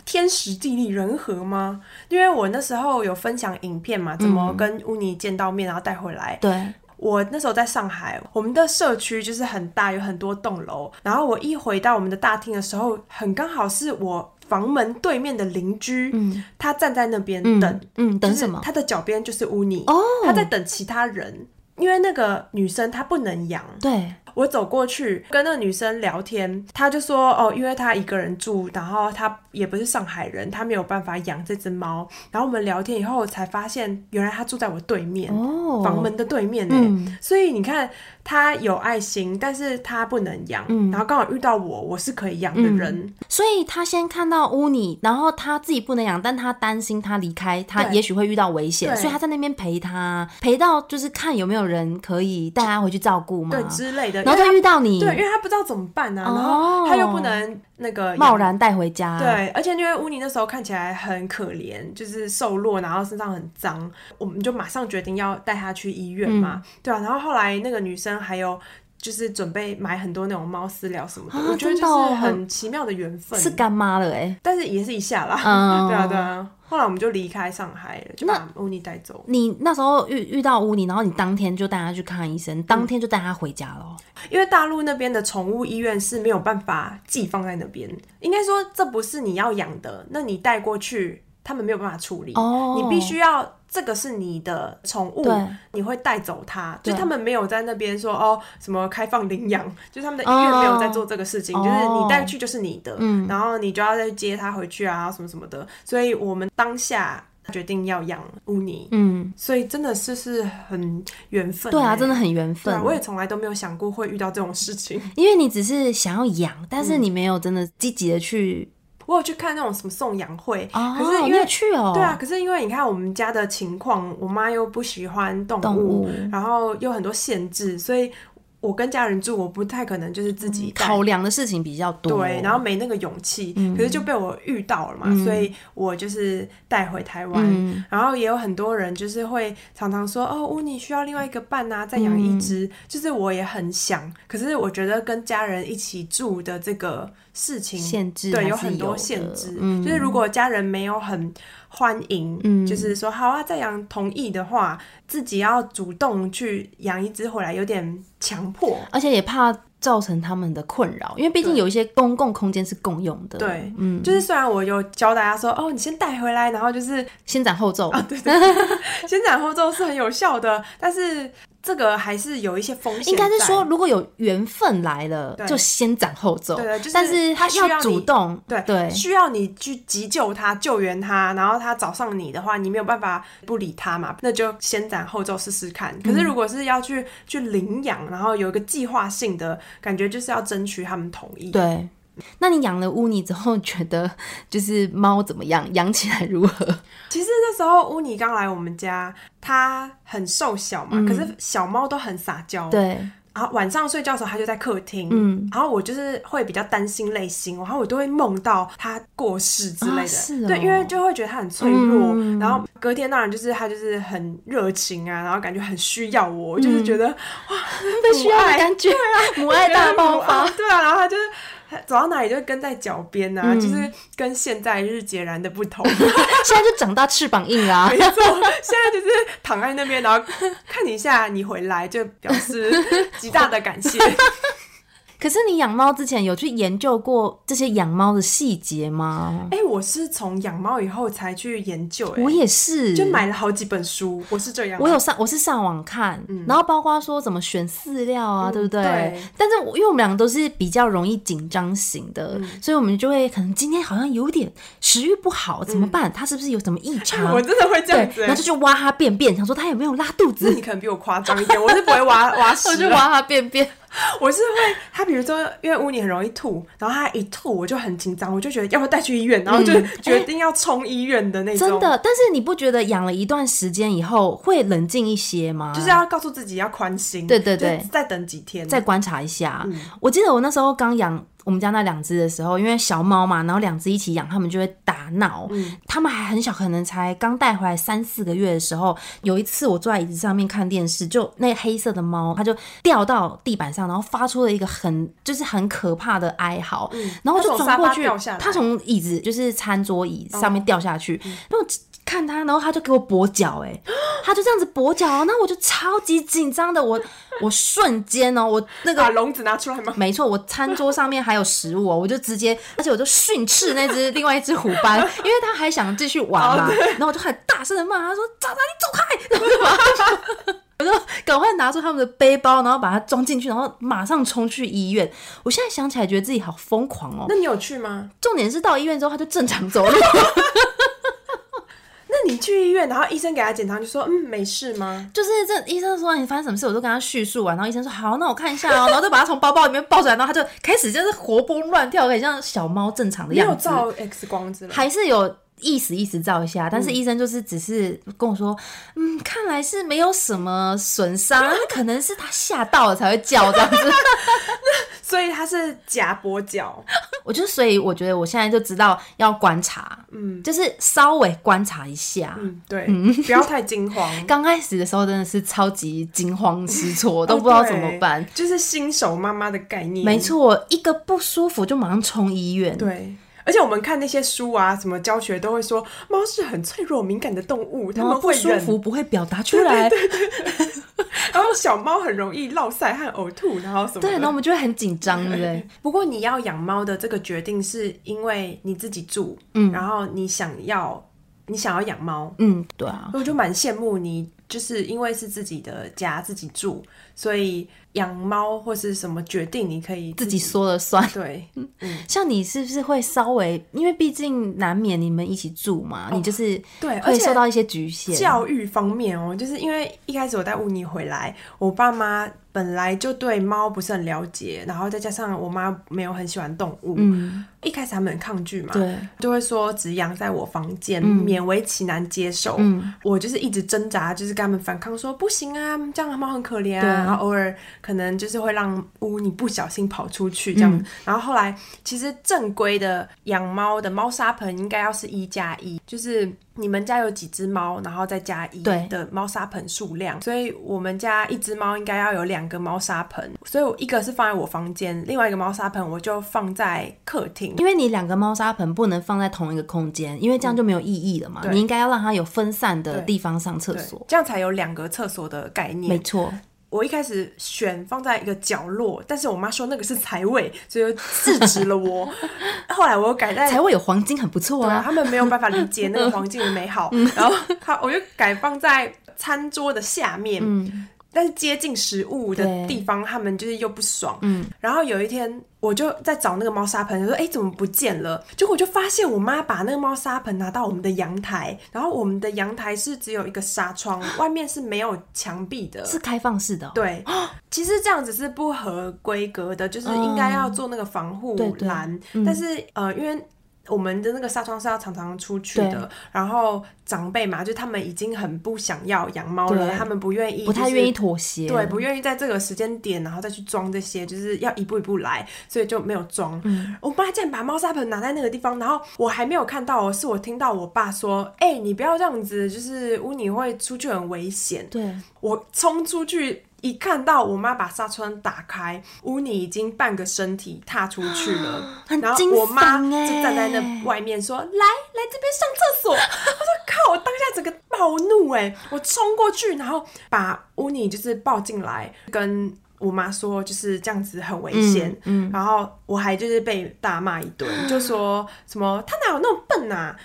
Speaker 2: 天时地利人和吗？因为我那时候有分享影片嘛，怎
Speaker 1: 嗯
Speaker 2: 么跟乌尼见到面，然后带回来。
Speaker 1: 对，
Speaker 2: 我那时候在上海，我们的社区就是很大，有很多栋楼。然后我一回到我们的大厅的时候，很刚好是我房门对面的邻居，嗯，他站在那边等，
Speaker 1: 嗯，等
Speaker 2: 就是
Speaker 1: 什么？哦
Speaker 2: 他的脚边就是污泥，他在等其他人，因为那个女生她不能养。
Speaker 1: 对，
Speaker 2: 我走过去跟那个女生聊天，她就说哦，因为她一个人住，然后她也不是上海人，她没有办法养这只猫。然后我们聊天以后，我才发现原来她住在我对面，
Speaker 1: 哦嗯
Speaker 2: 房门的对面呢、欸所以你看，她有爱心，但是她不能养。
Speaker 1: 嗯
Speaker 2: 然后刚好遇到我，我是可以养的人。
Speaker 1: 所以他先看到乌尼，然后他自己不能养，但他担心他离开，他
Speaker 2: 对
Speaker 1: 也许会遇到危险，
Speaker 2: 对
Speaker 1: 所以他在那边陪他，陪到就是看有没有人可以带他回去照顾嘛
Speaker 2: 对。之类的，
Speaker 1: 啊然
Speaker 2: 因为
Speaker 1: 后再
Speaker 2: 她
Speaker 1: 遇到你，
Speaker 2: 对，因为她不知道怎么办呢、啊，然
Speaker 1: 哦
Speaker 2: 后她又不能那个养
Speaker 1: 贸然带回家，，
Speaker 2: 对，而且因为乌尼那时候看起来很可怜，就是瘦弱，然后身上很脏，我们就马上决定要带他去医院
Speaker 1: 嗯
Speaker 2: 嘛，对啊，然后后来那个女生还有就是准备买很多那种猫饲料什么的，
Speaker 1: 啊
Speaker 2: 我觉得
Speaker 1: 真的哦
Speaker 2: 就是很奇妙的缘分，
Speaker 1: 是干妈了哎、欸。
Speaker 2: 但是也是一下啦，
Speaker 1: 嗯
Speaker 2: 对啊对啊。后来我们就离开上海了，就把乌尼带走，
Speaker 1: 你那时候遇遇到乌尼，然后你当天就带他去看医
Speaker 2: 嗯
Speaker 1: 生，当天就带他回家了哦。
Speaker 2: 因为大陆那边的宠物医院是没有办法寄放在那边，应该说这不是你要养的，那你带过去，他们没有办法处理。
Speaker 1: 哦
Speaker 2: 你必须要这个是你的宠物
Speaker 1: 对，
Speaker 2: 你会带走它，
Speaker 1: 对
Speaker 2: 就他们没有在那边说哦什么开放领养，就他们的医院没有在做这个事情，
Speaker 1: 哦嗯
Speaker 2: 就是你带去就是你的，然后你就要再接它回去啊什么什么的，所以我们当下决定要养乌尼，
Speaker 1: 嗯，
Speaker 2: 所以真的是是很缘分、
Speaker 1: 对啊，
Speaker 2: 欸
Speaker 1: 真的。很缘
Speaker 2: 对
Speaker 1: 分。
Speaker 2: 啊，我也从来都没有想过会遇到这种事情。
Speaker 1: 因为你只是想要养，但是你没有真的积极的去
Speaker 2: 我有去看那种什么送养会，
Speaker 1: 哦，
Speaker 2: 可是因
Speaker 1: 你有
Speaker 2: 为
Speaker 1: 去哦，
Speaker 2: 对啊，，可是因为你看我们家的情况，我妈又不喜欢动物，
Speaker 1: 动物
Speaker 2: 然后又很多限制，所以我跟家人住，我不太可能就是自己带。
Speaker 1: 嗯考嗯量的事情比较多。
Speaker 2: 对，然后没那个勇气，可是就被我遇到了嘛，
Speaker 1: 嗯
Speaker 2: 所以我就是带回台湾。然后也有很多人就是会常常说，哦，乌尼需要另外一个伴啊，再养
Speaker 1: 嗯
Speaker 2: 一只。就是我也很想，可是我觉得跟家人一起住的这个事情
Speaker 1: 限制
Speaker 2: 对，
Speaker 1: 还是
Speaker 2: 有很
Speaker 1: 有
Speaker 2: 多
Speaker 1: 的嗯
Speaker 2: 限制。就是如果家人没有很欢迎，就是说好啊，再养同意的话，自己要主动去养一只回来，有点强迫。
Speaker 1: 而且也怕造成他们的困扰，因为毕竟有一些公共空间是共用的，，
Speaker 2: 对，嗯，就是虽然我有教大家说，哦，你先带回来，然后就是
Speaker 1: 先斩后奏。
Speaker 2: 啊 先斩后奏是很有效的，但是这个还是有一些风险在。
Speaker 1: 应该是说，如果有缘分来了，
Speaker 2: 对
Speaker 1: 就先斩后奏。
Speaker 2: 对就是
Speaker 1: 但是
Speaker 2: 他需要
Speaker 1: 要主
Speaker 2: 你
Speaker 1: 动，
Speaker 2: 对需要你去急救他、救援他，然后他找上你的话，你没有办法不理他嘛，那就先斩后奏试试看。
Speaker 1: 嗯
Speaker 2: 可是如果是要去、去领养，然后有一个计划性的感觉，就是要争取他们同意。
Speaker 1: 对。那你养了乌尼之后，觉得就是猫怎么样？养起来如何？
Speaker 2: 其实那时候乌尼刚来我们家，它很瘦小嘛，可是小猫都很撒娇。
Speaker 1: 嗯对，
Speaker 2: 然后晚上睡觉的时候，它就在客厅。嗯，然后我就是会比较担心类型，然后我都会梦到它过世之类的。
Speaker 1: 啊是哦嗯
Speaker 2: 对，因为就会觉得它很脆弱。然后隔天当然就是它就是很热情啊，然后感觉很需要我，就是觉得哇，
Speaker 1: 嗯被需要的感觉，啊母爱大爆发。
Speaker 2: 啊 对啊，然后他就是走到哪里就跟在脚边
Speaker 1: 嗯
Speaker 2: 啊，就是跟现在就是截然的不同。
Speaker 1: 现在就长大翅膀硬啊啦、
Speaker 2: 没错，现在就是躺在那边，然后看你一下，你回来就表示极大的感 谢。
Speaker 1: 可是你养猫之前有去研究过这些养猫的细节吗？
Speaker 2: 哎、我是从养猫以后才去研究、哎，
Speaker 1: 我也是，
Speaker 2: 就买了好几本书，我是这样。
Speaker 1: 我有上，我是上网看，然后包括说怎么选饲料啊，对不
Speaker 2: 嗯
Speaker 1: 对？
Speaker 2: 对
Speaker 1: 但是我因为我们两个都是比较容易紧张型的，
Speaker 2: 嗯
Speaker 1: 所以我们就会可能今天好像有点食欲不好，怎么办？它是不是有什么异常？
Speaker 2: 嗯啊 我真的会这样
Speaker 1: 对，
Speaker 2: 子、
Speaker 1: 然后
Speaker 2: 哎
Speaker 1: 就去挖它便便，想说它有没有拉肚
Speaker 2: 那
Speaker 1: 子，
Speaker 2: 你可能比我夸张一点， 我是不会挖 挖屎
Speaker 1: 我就
Speaker 2: 的，
Speaker 1: 挖它便便。
Speaker 2: 我是会他比如说，因为乌尼很容易吐，然后他一吐我就很紧张，我就觉得要不要带去医院，然后就决定要冲医院的那种。
Speaker 1: 嗯真的，但是你不觉得养了一段时间以后会冷静一些吗？
Speaker 2: 就是要告诉自己要宽心，
Speaker 1: 对对对
Speaker 2: 就是再等几天，嗯
Speaker 1: 再观察一下。我记得我那时候刚养我们家那两只的时候，因为小猫嘛，然后两只一起养，它们就会打闹。
Speaker 2: 嗯
Speaker 1: 它们还很小，可能才刚带回来三四个月的时候，有一次我坐在椅子上面看电视，就那黑色的猫，它就掉到地板上，然后发出了一个很就是很可怕的哀嚎，然后我就
Speaker 2: 嗯它从
Speaker 1: 转过
Speaker 2: 沙发
Speaker 1: 去
Speaker 2: 掉下，来哦
Speaker 1: 它从椅子就是餐桌椅上面掉下去，那我看它，然后它就给我跛脚，哎，它就这样子跛脚，那我就超级紧张的，我 我瞬间哦，我那个
Speaker 2: 把笼子拿出来 吗？
Speaker 1: 没错，我餐桌上面还有食物哦，我就直接，而且我就训斥那只另外一只虎斑，因为它还想继续玩嘛，然后我就很大声的骂它说：“渣渣，你走开！” 然后我就把它我就赶快拿出他们的背包，然后把它装进去，然后马上冲去医院。我现在想起来，觉得自己好疯狂哦
Speaker 2: 那。你有去吗？
Speaker 1: 重点是到医院之后，他就正常走路。
Speaker 2: 那你去医院，然后医生给他检查，就说嗯没事吗？
Speaker 1: 就是这医生说你发生什么事，我都跟他叙述完，然后医生说好，那我看一下哦，然后就把他从包包里面抱出来，然后他就开始就是活蹦乱跳，很像小猫正常的
Speaker 2: 没有
Speaker 1: 样子，
Speaker 2: 照 X 光之类的。
Speaker 1: 还是有。意思意思照一下，但是医生就是只是跟我说，嗯，看来是没有什么 损伤，可能是他吓到了才会叫这样子。
Speaker 2: 所以他是假跛脚，
Speaker 1: 我就所以我觉得我现在就知道要观察，
Speaker 2: 嗯
Speaker 1: 就是稍微观察一下。
Speaker 2: 嗯，对，不要太惊慌，
Speaker 1: 刚开始的时候真的是超级惊慌失措， 都不知道怎么办
Speaker 2: 哦。对就是新手妈妈的概念，
Speaker 1: 没。错，一个不舒服就马上冲医院。
Speaker 2: 对，而且我们看那些书啊，什么教学都会说，猫是很脆弱、敏感的动物，它
Speaker 1: 然后
Speaker 2: 们
Speaker 1: 不
Speaker 2: 会
Speaker 1: 舒
Speaker 2: 忍，
Speaker 1: 服不会表达出来，对
Speaker 2: 然后小猫很容易落腮和呕吐，然后什么的。
Speaker 1: 然后我们就会很紧张，对不对？
Speaker 2: 不过你要养猫的这个决定，是因为你自己住，嗯，然后你想要你想要养猫，
Speaker 1: 嗯，对啊，
Speaker 2: 我就蛮羡慕你，就是因为是自己的家自己住，所以养猫或是什么决定，你可以
Speaker 1: 自己说了算。
Speaker 2: 对，嗯
Speaker 1: 像你是不是会稍微，因为毕竟难免你们一起住嘛，你就是
Speaker 2: 哦对而
Speaker 1: 会
Speaker 2: 且
Speaker 1: 受到一些局限。
Speaker 2: 教育方面哦，就是因为一开始我带乌尼回来，我爸妈本来就对猫不是很了解，然后再加上我妈没有很喜欢动物，
Speaker 1: 嗯，
Speaker 2: 一开始他们很抗拒嘛，
Speaker 1: 对，嗯
Speaker 2: 就会说只养在我房间，勉为其难接受。我就是一直挣扎，就是跟他们反抗说不行啊，这样猫很可怜啊。
Speaker 1: 对
Speaker 2: 然后偶尔可能就是会让屋你不小心跑出去这样。
Speaker 1: 嗯
Speaker 2: 然后后来其实正规的养猫的猫砂盆应该要是一加一，就是你们家有几只猫，然后再加一
Speaker 1: 对
Speaker 2: 的猫砂盆数量。所以我们家一只猫应该要有两个猫砂盆，所以我一个是放在我房间，另外一个猫砂盆我就放在客厅。
Speaker 1: 因为你两个猫砂盆不能放在同一个空间，因为这样就没有意义了嘛。
Speaker 2: 对
Speaker 1: 你应该要让它有分散的
Speaker 2: 对
Speaker 1: 地方上厕
Speaker 2: 对
Speaker 1: 所，。
Speaker 2: 这样才有两个厕所的概
Speaker 1: 没
Speaker 2: 念。
Speaker 1: 错，
Speaker 2: 我一开始选放在一个角落，但是我妈说那个是财位，所以就制止了我。 后来我又改在
Speaker 1: 才会有黄金，很不错
Speaker 2: 哎对啊，
Speaker 1: 啊。
Speaker 2: 他们没有办法理解那个黄金的美好，然后他我就改放在餐桌的下面，但是接近食物的
Speaker 1: 对
Speaker 2: 地方，他们就是又不爽。然后有一天我就在找那个猫砂盆，就说：“哎，怎么不见了？”结果我就发现我妈把那个猫砂盆拿到我们的阳台，然后我们的阳台是只有一个纱窗，外面是没有墙壁的，
Speaker 1: 是开放式的、哦，
Speaker 2: 对，其实这样子是不合规格的，就是应该要做那个防护
Speaker 1: 对哦对
Speaker 2: 栏，但是呃，因为。我们的那个纱窗是要常常出去的
Speaker 1: 对，
Speaker 2: 然后长辈嘛，就他们已经很不想要养猫了，
Speaker 1: 对
Speaker 2: 他们不愿意，
Speaker 1: 不太愿意妥协。
Speaker 2: 对，不愿意在这个时间点，然后再去装这些，就是要一步一步来，所以就没有装。
Speaker 1: 嗯
Speaker 2: 我妈竟然把猫砂盆拿在那个地方，然后我还没有看到哦，是我听到我爸说：“哎、你不要这样子，就是污泥会出去很危险。”
Speaker 1: 对，
Speaker 2: 我冲出去。一看到我妈把纱窗打开，乌尼已经半个身体踏出去了，
Speaker 1: 很
Speaker 2: 然后
Speaker 1: 惊
Speaker 2: 我妈
Speaker 1: 悚
Speaker 2: 就
Speaker 1: 欸
Speaker 2: 站在那外面说：“来来这边上厕所。” 我说：“靠！”我当下整个暴怒哎、我冲过去，然后把乌尼就是抱进来，跟我妈说就是这样子很危险、嗯，然后我还就是被大骂一顿，就说什么他哪有那么笨啊，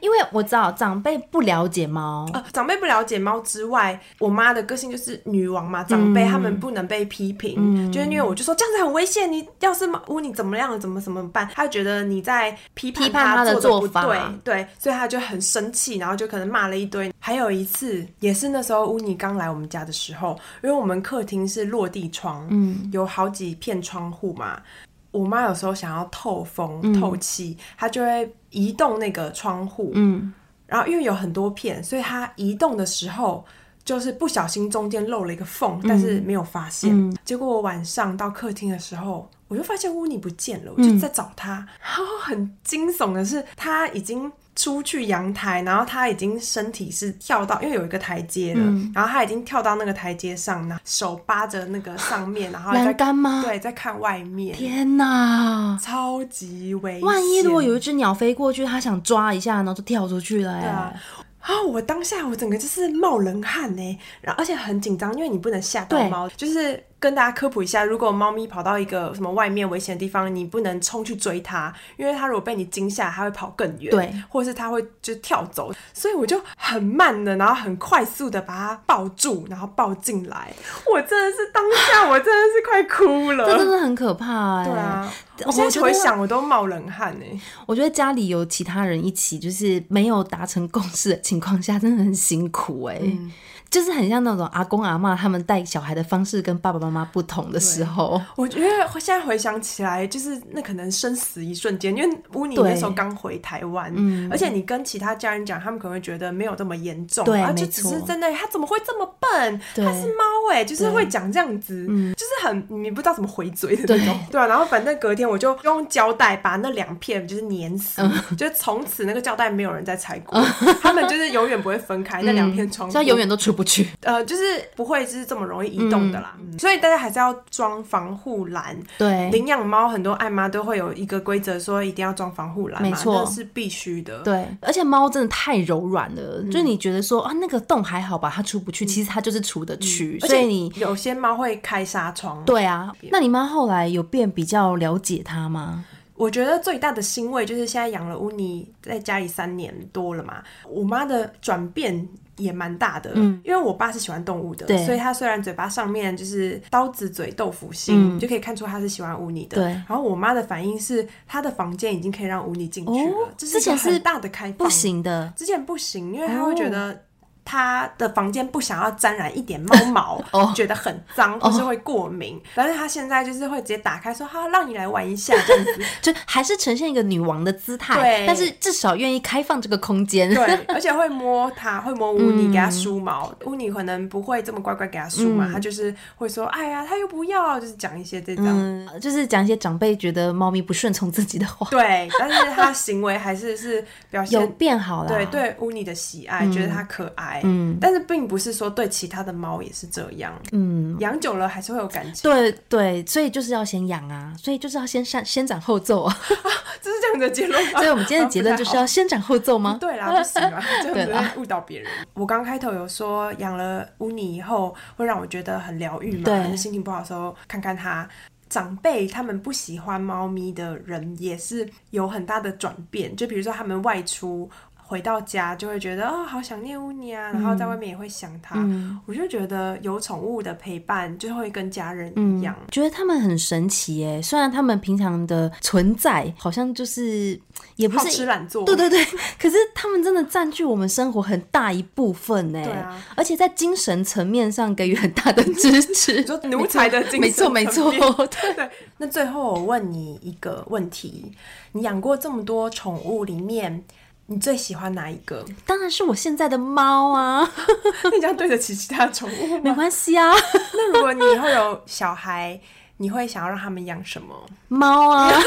Speaker 1: 因为我知道长辈不了解猫，
Speaker 2: 呃，长辈不了解猫之外，我妈的个性就是女王嘛，长
Speaker 1: 嗯
Speaker 2: 辈他们不能被批评，就是因为我就说这样子很危险，你要是猫污你怎么样，怎么怎么办？她就觉得你在批判
Speaker 1: 批判她的
Speaker 2: 做得不
Speaker 1: 做
Speaker 2: 对
Speaker 1: 法，
Speaker 2: 对，所以她就很生气，然后就可能骂了一堆。还有一次也是那时候乌尼刚来我们家的时候，因为我们客厅是落地窗，嗯，有好几片窗户嘛，我妈有时候想要透风、
Speaker 1: 嗯
Speaker 2: 透气，她就会移动那个窗户，嗯，然后因为有很多片，所以她移动的时候就是不小心中间漏了一个缝，但是没有发现。
Speaker 1: 嗯
Speaker 2: 结果我晚上到客厅的时候。我就发现乌尼不见了，我
Speaker 1: 嗯
Speaker 2: 就在找她。然后很惊悚的是，她已经出去阳台，然后她已经身体是跳到，因为有一个台阶了，
Speaker 1: 嗯
Speaker 2: 然后她已经跳到那个台阶上，然后手扒着那个上面，然后在
Speaker 1: 栏杆吗？
Speaker 2: 对，在看外面，
Speaker 1: 天哪！
Speaker 2: 超级危险。
Speaker 1: 万一如果有一只鸟飞过去，它想抓一下，然后就跳出去了、欸，
Speaker 2: 对啊。啊！我欸当下我整个就是冒冷汗呢，然后而且很紧张，因为你不能吓到
Speaker 1: 对
Speaker 2: 猫，就是跟大家科普一下，如果猫咪跑到一个什么外面危险的地方，你不能冲去追它，因为它如果被你惊吓，它会跑更远，
Speaker 1: 对，
Speaker 2: 或者是它会就跳走。所以我就很慢的，然后很快速的把它抱住，然后抱进来。我真的是当下，我真的是快哭了。
Speaker 1: 这真的很可怕哎、
Speaker 2: 对啊，
Speaker 1: 我
Speaker 2: 我现在
Speaker 1: 觉
Speaker 2: 回
Speaker 1: 得
Speaker 2: 想我都冒冷汗哎、
Speaker 1: 我觉得家里有其他人一起，就是没有达成共识的情况下，真的很辛苦哎、
Speaker 2: 嗯
Speaker 1: 就是很像那种阿公阿妈他们带小孩的方式跟爸爸妈妈不同的时候，
Speaker 2: 我觉得现在回想起来，就是那可能生死一瞬间，因为乌尼
Speaker 1: 对嗯
Speaker 2: 那时候刚回台湾，而且你跟其他家人讲，他们可能会觉得没有这么严重，
Speaker 1: 对
Speaker 2: 啊，
Speaker 1: 没
Speaker 2: 就只是
Speaker 1: 错
Speaker 2: 在那里，他怎么会这么笨？
Speaker 1: 对嗯
Speaker 2: 他是猫哎、就是会讲这样子，就是很你不知道怎么回嘴的那种，对啊，然后反正隔天我就用胶带把那两片就是粘死，
Speaker 1: 嗯
Speaker 2: 就是从此那个胶带没有人再拆过，他们就是永远不会分 开那
Speaker 1: 嗯
Speaker 2: 两片窗户，
Speaker 1: 像永远都出 不去。
Speaker 2: 呃，就是不会就是这么容易移动的啦，嗯所以大家还是要装防护栏。
Speaker 1: 嗯对
Speaker 2: 领养猫很多爱妈都会有一个规则，说一定要装防护栏嘛，
Speaker 1: 没错
Speaker 2: 这是必须的。
Speaker 1: 对，而且猫真的太柔软了，
Speaker 2: 嗯
Speaker 1: 就你觉得说啊那个洞还好吧，它出不去，其实它就是出得去，
Speaker 2: 而
Speaker 1: 所
Speaker 2: 且
Speaker 1: 以你。
Speaker 2: 有些猫会开纱窗，
Speaker 1: 对啊，那你妈后来有变比较了解它吗？
Speaker 2: 我觉得最大的欣慰就是现在养了乌尼，在家里三年多了嘛，我妈的转变。也蛮大的，因为我爸是喜欢动物的
Speaker 1: 嗯对，
Speaker 2: 所以他虽然嘴巴上面就是刀子嘴豆腐心，就可以看出他是喜欢乌尼的。
Speaker 1: 嗯对
Speaker 2: 然后我妈的反应是，她的房间已经可以让乌尼进去了，
Speaker 1: 哦
Speaker 2: 这
Speaker 1: 之
Speaker 2: 是一
Speaker 1: 前
Speaker 2: 个
Speaker 1: 是
Speaker 2: 很大的开放。
Speaker 1: 不行的，
Speaker 2: 之前不行，因为他
Speaker 1: 哦
Speaker 2: 会觉得他的房间不想要沾染一点猫毛，
Speaker 1: 哦
Speaker 2: 觉得很脏，或是会过敏。但是他现在就是会直接打开说：“好，让你来玩一下。”这样 子，
Speaker 1: 就还是呈现一个女王的姿态，
Speaker 2: 对
Speaker 1: 但是至少愿意开放这个空间。
Speaker 2: 对，而且会摸它，会摸乌尼，给它梳毛。
Speaker 1: 嗯
Speaker 2: 乌尼可能不会这么乖乖给它梳嘛，它就是会说：“哎呀，它又不要。”就是讲一些这种。
Speaker 1: 嗯，就是讲一些长辈觉得猫咪不顺从自己的话，
Speaker 2: 对，但是他行为还是是表
Speaker 1: 有
Speaker 2: 现
Speaker 1: 变好啦。
Speaker 2: 对，对乌尼的喜爱，觉得它可爱，嗯，但是并不是说对其他的猫也是这样，嗯，养久了还是会有感情。
Speaker 1: 对对，所以就是要先养啊，所以就是要先善先斩后 奏啊。
Speaker 2: 这是这样的结论吗。
Speaker 1: 所以我们今天的结论就是要先斩后奏吗？
Speaker 2: 对啦， 不行啊，这
Speaker 1: 对
Speaker 2: 样
Speaker 1: 啦
Speaker 2: 子会误导别人。我刚开头有说养了乌尼以后会让我觉得很疗愈嘛，
Speaker 1: 对
Speaker 2: 心情不好的时候看看它。长辈他们不喜欢猫咪的人也是有很大的转变，就比如说他们外出回到家就会觉得哦好想念乌尼啊，然后
Speaker 1: 嗯
Speaker 2: 在外面也会想它。我就觉得有宠物的陪伴就会跟家人一样，
Speaker 1: 觉得他们很神奇耶，虽然他们平常的存在好像就是也不
Speaker 2: 好吃
Speaker 1: 是。
Speaker 2: 懒做。
Speaker 1: 对对 对，可是他们真的占据我们生活很大一部分呢，
Speaker 2: 对啊
Speaker 1: 而且在精神层面上给予很大的支持。
Speaker 2: 你说奴才的精神
Speaker 1: 没错没错，
Speaker 2: 层面
Speaker 1: 对
Speaker 2: 对，那最后我问你一个问题：你养过这么多宠物里面，你最喜欢哪一个？
Speaker 1: 当然是我现在的猫啊，
Speaker 2: 那你这样对得起其他宠物
Speaker 1: 没
Speaker 2: 吗？
Speaker 1: 关系啊，
Speaker 2: 那如果你以后有小孩，你会想要让他们养什么？
Speaker 1: 猫啊，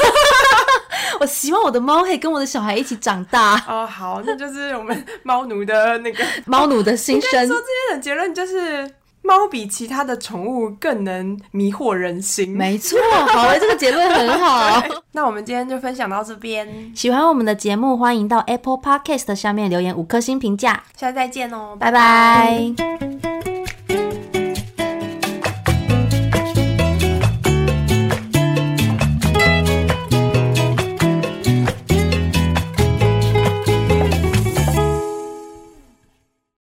Speaker 1: 我希望我的猫可以跟我的小孩一起长大。
Speaker 2: 哦，好，那就是我们 猫奴的那 个。
Speaker 1: 猫奴的心声
Speaker 2: 说这些的结论就是，猫比其他的宠物更能迷惑人心。
Speaker 1: 没错，好了，这个结论很 好。
Speaker 2: 那我们今天就分享到这边，
Speaker 1: 喜欢我们的节目，欢迎到 Apple Podcast 下面留言五颗星评价，
Speaker 2: 下次再见哦，拜
Speaker 1: 拜拜。